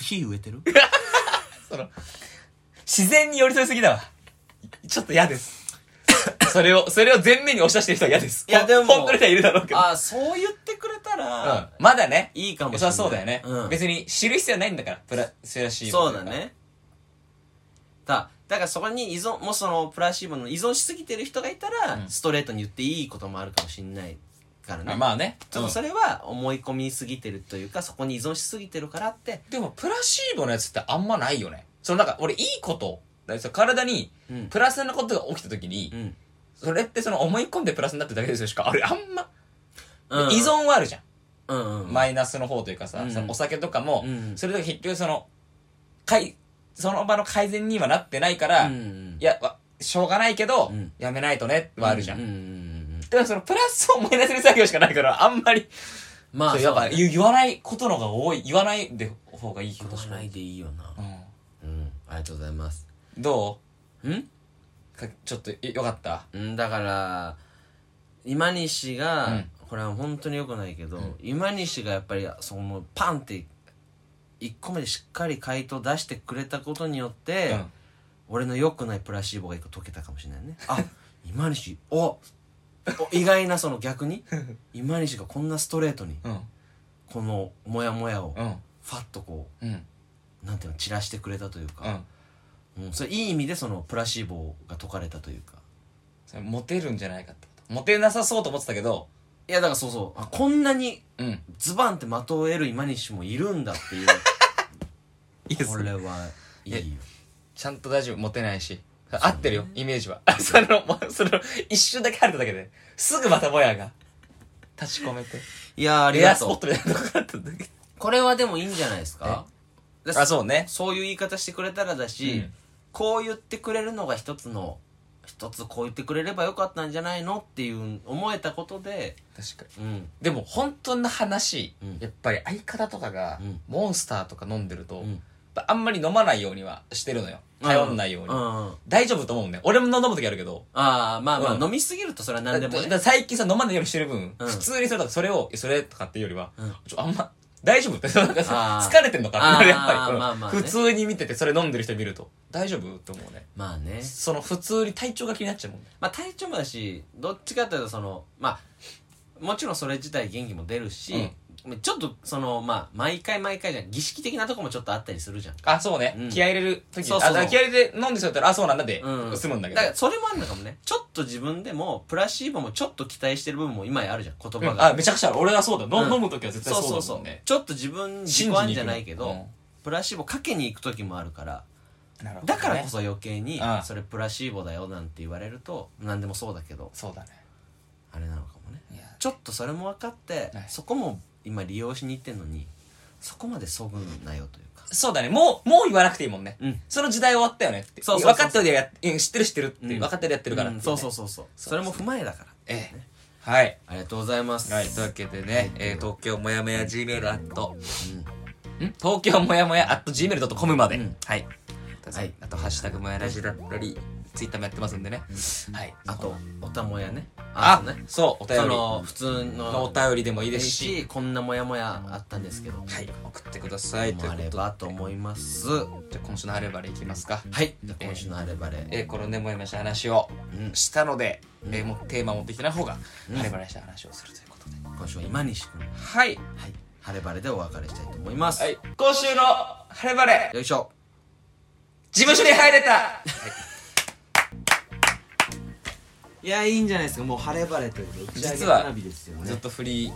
[SPEAKER 1] 木植えてる
[SPEAKER 2] えその、自然に寄り添いすぎだわ。ちょっと嫌 です。それを、それを前面に押し出してる人は嫌です。
[SPEAKER 1] いやでも
[SPEAKER 2] ほん本当に人はいるだろうけど。
[SPEAKER 1] あそう言ってくれた
[SPEAKER 2] うん
[SPEAKER 1] ら、。
[SPEAKER 2] まだね、
[SPEAKER 1] いいかも
[SPEAKER 2] 良
[SPEAKER 1] しれな
[SPEAKER 2] さ
[SPEAKER 1] い
[SPEAKER 2] そうだよね、
[SPEAKER 1] うん
[SPEAKER 2] 別に知る必要ないんだからプラセラシーボ
[SPEAKER 1] そ
[SPEAKER 2] と
[SPEAKER 1] う
[SPEAKER 2] い
[SPEAKER 1] だ
[SPEAKER 2] か
[SPEAKER 1] ねだだからそこに依存もうそのプラシーボの依存しすぎてる人がいたら、
[SPEAKER 2] うん
[SPEAKER 1] ストレートに言っていいこともあるかもしれないからね
[SPEAKER 2] あまあね
[SPEAKER 1] ちょっとそれは思い込みすぎてるというかそこに依存しすぎてるからって、
[SPEAKER 2] うんでもプラシーボのやつってあんまないよねそのなんか俺いいことだからその体に
[SPEAKER 1] うん
[SPEAKER 2] プラスなことが起きた時に、
[SPEAKER 1] うん
[SPEAKER 2] それってその思い込んでプラスになってるだけですよしかあれあんま、
[SPEAKER 1] うん、
[SPEAKER 2] 依存はあるじゃん、
[SPEAKER 1] うんうん、
[SPEAKER 2] マイナスの方というかさ、
[SPEAKER 1] うん
[SPEAKER 2] そのお酒とかも、
[SPEAKER 1] うん
[SPEAKER 2] それとか結局そのかいその場の改善にはなってないから、
[SPEAKER 1] うん
[SPEAKER 2] い
[SPEAKER 1] うん
[SPEAKER 2] やわしょうがないけど、
[SPEAKER 1] うん
[SPEAKER 2] やめないとねはあるじゃん、
[SPEAKER 1] うんうんうんうん
[SPEAKER 2] でもそのプラスをマイナスに作業しかないからあんまり
[SPEAKER 1] まあ
[SPEAKER 2] そう
[SPEAKER 1] そ
[SPEAKER 2] やっ
[SPEAKER 1] う
[SPEAKER 2] ぱ
[SPEAKER 1] だね
[SPEAKER 2] 言言わないことの方が多い言わないで方がいいこ
[SPEAKER 1] 言
[SPEAKER 2] と
[SPEAKER 1] わ
[SPEAKER 2] しか
[SPEAKER 1] ないでいいよな
[SPEAKER 2] う
[SPEAKER 1] うんありがとうございます
[SPEAKER 2] んど
[SPEAKER 1] ん
[SPEAKER 2] うかちょっといよかった
[SPEAKER 1] うんだから今西が、
[SPEAKER 2] うん
[SPEAKER 1] これは本当に良くないけど、今西がやっぱりそのパンって1個目でしっかり回答出してくれたことによって、
[SPEAKER 2] うん
[SPEAKER 1] 俺の良くないプラシーボが1個解けたかもしれない ねあ今西おお意外なその逆 に今西がこんなストレートに
[SPEAKER 2] うん
[SPEAKER 1] このモヤモヤを
[SPEAKER 2] うん
[SPEAKER 1] ファッとこ
[SPEAKER 2] うん
[SPEAKER 1] うなんていうの散らしてくれたという
[SPEAKER 2] う
[SPEAKER 1] か、
[SPEAKER 2] ん
[SPEAKER 1] うんそれいい意味でそのプラシーボが解かれたというか
[SPEAKER 2] それモテるんじゃないかってことモテなさそうと思ってたけど
[SPEAKER 1] いやだからそうそうあこんなに
[SPEAKER 2] うん
[SPEAKER 1] ズバンって的を得る今西もいるんだっていう
[SPEAKER 2] いや
[SPEAKER 1] これはいいよ
[SPEAKER 2] ちゃんと大丈夫モテないし合ってるよイメージは そのもうその一瞬だけ晴れただけですぐまたもやが立ち込めて
[SPEAKER 1] いやあり
[SPEAKER 2] エア
[SPEAKER 1] が
[SPEAKER 2] スポッ
[SPEAKER 1] と
[SPEAKER 2] トみたいなとこがあったんだけど
[SPEAKER 1] うこれはでもいいんじゃないですかだ
[SPEAKER 2] あそうね
[SPEAKER 1] そういう言い方してくれたらだし、
[SPEAKER 2] うん
[SPEAKER 1] こう言ってくれるのが一つの一つこう言ってくれればよかったんじゃないのっていう思えたことで
[SPEAKER 2] 確かに
[SPEAKER 1] うん
[SPEAKER 2] でも本当の話、
[SPEAKER 1] うん
[SPEAKER 2] やっぱり相方とかが
[SPEAKER 1] うん
[SPEAKER 2] モンスターとか飲んでると、
[SPEAKER 1] うん
[SPEAKER 2] あんまり飲まないようにはしてるのよ頼んないように、
[SPEAKER 1] んん
[SPEAKER 2] 大丈夫と思うね俺も飲む時あるけど
[SPEAKER 1] ああまあまあ、
[SPEAKER 2] うん
[SPEAKER 1] 飲みすぎるとそれは
[SPEAKER 2] だ
[SPEAKER 1] 何でも
[SPEAKER 2] だ
[SPEAKER 1] ね
[SPEAKER 2] だ最近さ飲まないようにしてる分、
[SPEAKER 1] うん
[SPEAKER 2] 普通にそれとかそれをそれとかっていうよりは、
[SPEAKER 1] うん
[SPEAKER 2] ちょあんま大丈夫ってなんかさ
[SPEAKER 1] あー
[SPEAKER 2] 疲れてんのかってなるやっぱ
[SPEAKER 1] あ
[SPEAKER 2] り、
[SPEAKER 1] ー
[SPEAKER 2] うん
[SPEAKER 1] まあまあね
[SPEAKER 2] 普通に見ててそれ飲んでる人見ると大丈夫って思うね
[SPEAKER 1] まあね
[SPEAKER 2] その普通に体調が気になっちゃうもんね
[SPEAKER 1] まあ体調もだしどっちかというとそのまあもちろんそれ自体元気も出るし、ちょっとそのまあ毎回毎回じゃん儀式的なとこもちょっとあったりするじゃん
[SPEAKER 2] あそうね、
[SPEAKER 1] うん
[SPEAKER 2] 気合い入れる時
[SPEAKER 1] そうそう
[SPEAKER 2] あだから気合い入れて飲んでそうやったらあそうなんだで、
[SPEAKER 1] うん
[SPEAKER 2] 済むんだけど
[SPEAKER 1] だからそれもあるのかもねちょっと自分でもプラシーボもちょっと期待してる部分も今やあるじゃん言
[SPEAKER 2] う
[SPEAKER 1] 葉
[SPEAKER 2] ん
[SPEAKER 1] が、
[SPEAKER 2] あめちゃくちゃある俺はそうだ、の
[SPEAKER 1] うん
[SPEAKER 2] 飲む時は絶対
[SPEAKER 1] そう
[SPEAKER 2] そ
[SPEAKER 1] そうう
[SPEAKER 2] だ
[SPEAKER 1] そ
[SPEAKER 2] も
[SPEAKER 1] うん
[SPEAKER 2] ね
[SPEAKER 1] ちょっと自分自
[SPEAKER 2] 信
[SPEAKER 1] 己
[SPEAKER 2] じに行く
[SPEAKER 1] 暗じゃないけど、プラシーボかけに行く時もあるから
[SPEAKER 2] うんなるほど
[SPEAKER 1] だから
[SPEAKER 2] ね
[SPEAKER 1] こそ余計に
[SPEAKER 2] うん
[SPEAKER 1] それプラシーボだよなんて言われると何でもそうだけど
[SPEAKER 2] そうだね
[SPEAKER 1] あれなのかもね
[SPEAKER 2] いや
[SPEAKER 1] ちょっとそれも分かって
[SPEAKER 2] はい
[SPEAKER 1] そこも今利用しに行ってんのにそこまでそぐんなよというか
[SPEAKER 2] そうだね。もう、もう言わなくていいもんね。
[SPEAKER 1] うん
[SPEAKER 2] その時代終わったよねって。
[SPEAKER 1] そうそうそう
[SPEAKER 2] 分かってるや、うん知ってる知ってるって、
[SPEAKER 1] うん
[SPEAKER 2] 分かってるやってるからって
[SPEAKER 1] うん
[SPEAKER 2] いね
[SPEAKER 1] そうそうそうそうそれも踏まえだから
[SPEAKER 2] ええ。はい。
[SPEAKER 1] ありがとうございます
[SPEAKER 2] はい、というわけでね、えー、東京もやもや Gmail アット、
[SPEAKER 1] うん
[SPEAKER 2] ん東京もやもや at gmail.com まで、
[SPEAKER 1] うん
[SPEAKER 2] はい。
[SPEAKER 1] はい
[SPEAKER 2] あと、ハッシュタグもやラジだったり、ツイッターもやってますんでね。はい。
[SPEAKER 1] あとおたもやね
[SPEAKER 2] あ
[SPEAKER 1] とね、
[SPEAKER 2] そう、お便
[SPEAKER 1] そ
[SPEAKER 2] り。
[SPEAKER 1] の普通
[SPEAKER 2] お
[SPEAKER 1] の
[SPEAKER 2] 便りでもいい
[SPEAKER 1] いい
[SPEAKER 2] ですし、
[SPEAKER 1] こんなもやもやあったんですけどは
[SPEAKER 2] はい、送ってください。とい
[SPEAKER 1] あ
[SPEAKER 2] うこと
[SPEAKER 1] れ
[SPEAKER 2] で、
[SPEAKER 1] ばと思いますは
[SPEAKER 2] じゃあ今週のハレバレいきますか。
[SPEAKER 1] いじゃあ今週のあればれ
[SPEAKER 2] えー、このね、もやもやした話を
[SPEAKER 1] うん
[SPEAKER 2] したので、
[SPEAKER 1] うん
[SPEAKER 2] えーもうテーマ持ってきてない方が、
[SPEAKER 1] うん
[SPEAKER 2] ハレバレした話をするということで。
[SPEAKER 1] 今週は今西君
[SPEAKER 2] はい。
[SPEAKER 1] はい晴れ晴れでお別れしたいと思います、
[SPEAKER 2] はい。今週のハレバレ
[SPEAKER 1] よいしょ
[SPEAKER 2] 事務所に入れた
[SPEAKER 1] いやいいんじゃないですかもう晴れ晴れというか打ち上げ
[SPEAKER 2] 実は
[SPEAKER 1] 花火ですよね
[SPEAKER 2] ずっとフリー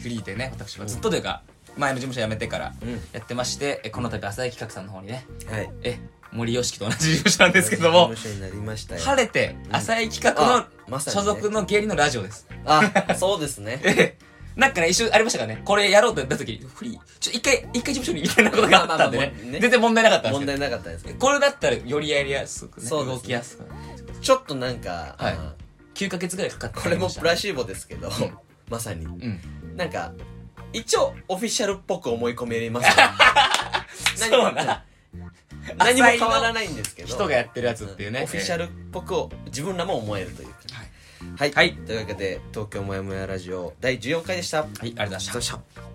[SPEAKER 2] フリーでね私はずっとというか前の事務所辞めてから
[SPEAKER 1] うん
[SPEAKER 2] やってまして、えこの度朝日企画さんの方にね
[SPEAKER 1] はい
[SPEAKER 2] え森吉樹と同じ事務所なんですけども
[SPEAKER 1] 事務所になりましたよ
[SPEAKER 2] 晴れて
[SPEAKER 1] うん
[SPEAKER 2] 朝日企画
[SPEAKER 1] あま
[SPEAKER 2] の
[SPEAKER 1] さにね
[SPEAKER 2] 所属の芸人のラジオです、
[SPEAKER 1] あそうですね
[SPEAKER 2] ええ なんかね一緒ありましたからねこれやろうとやった時にフリーちょ一回一回事務所にみたいなことがあったんでね,、
[SPEAKER 1] まあまあまあね
[SPEAKER 2] 全然問題なかったんです
[SPEAKER 1] 問
[SPEAKER 2] けど
[SPEAKER 1] 題なかったですけど
[SPEAKER 2] これだったらよりやりやすく、ね
[SPEAKER 1] そうですね
[SPEAKER 2] 動きやすく
[SPEAKER 1] ちょっとなんか、
[SPEAKER 2] はい
[SPEAKER 1] あ
[SPEAKER 2] 9ヶ月ぐらいかかって
[SPEAKER 1] ーこれもプラ
[SPEAKER 2] ス
[SPEAKER 1] シーボですけど、
[SPEAKER 2] ん
[SPEAKER 1] まさに
[SPEAKER 2] うん
[SPEAKER 1] なんか一応オフィシャルっぽく思い込めれます、ね、何
[SPEAKER 2] そう
[SPEAKER 1] も
[SPEAKER 2] な
[SPEAKER 1] 何も変わら
[SPEAKER 2] い
[SPEAKER 1] ないんですけど
[SPEAKER 2] 人がやってるやつっていうね、
[SPEAKER 1] オフィシャルっぽく自分らも思えるというか
[SPEAKER 2] はい
[SPEAKER 1] はい、
[SPEAKER 2] はい
[SPEAKER 1] というわけで東京もやもやラジオ第14回でしたありがとう
[SPEAKER 2] はい、ありがとうございました
[SPEAKER 1] ございました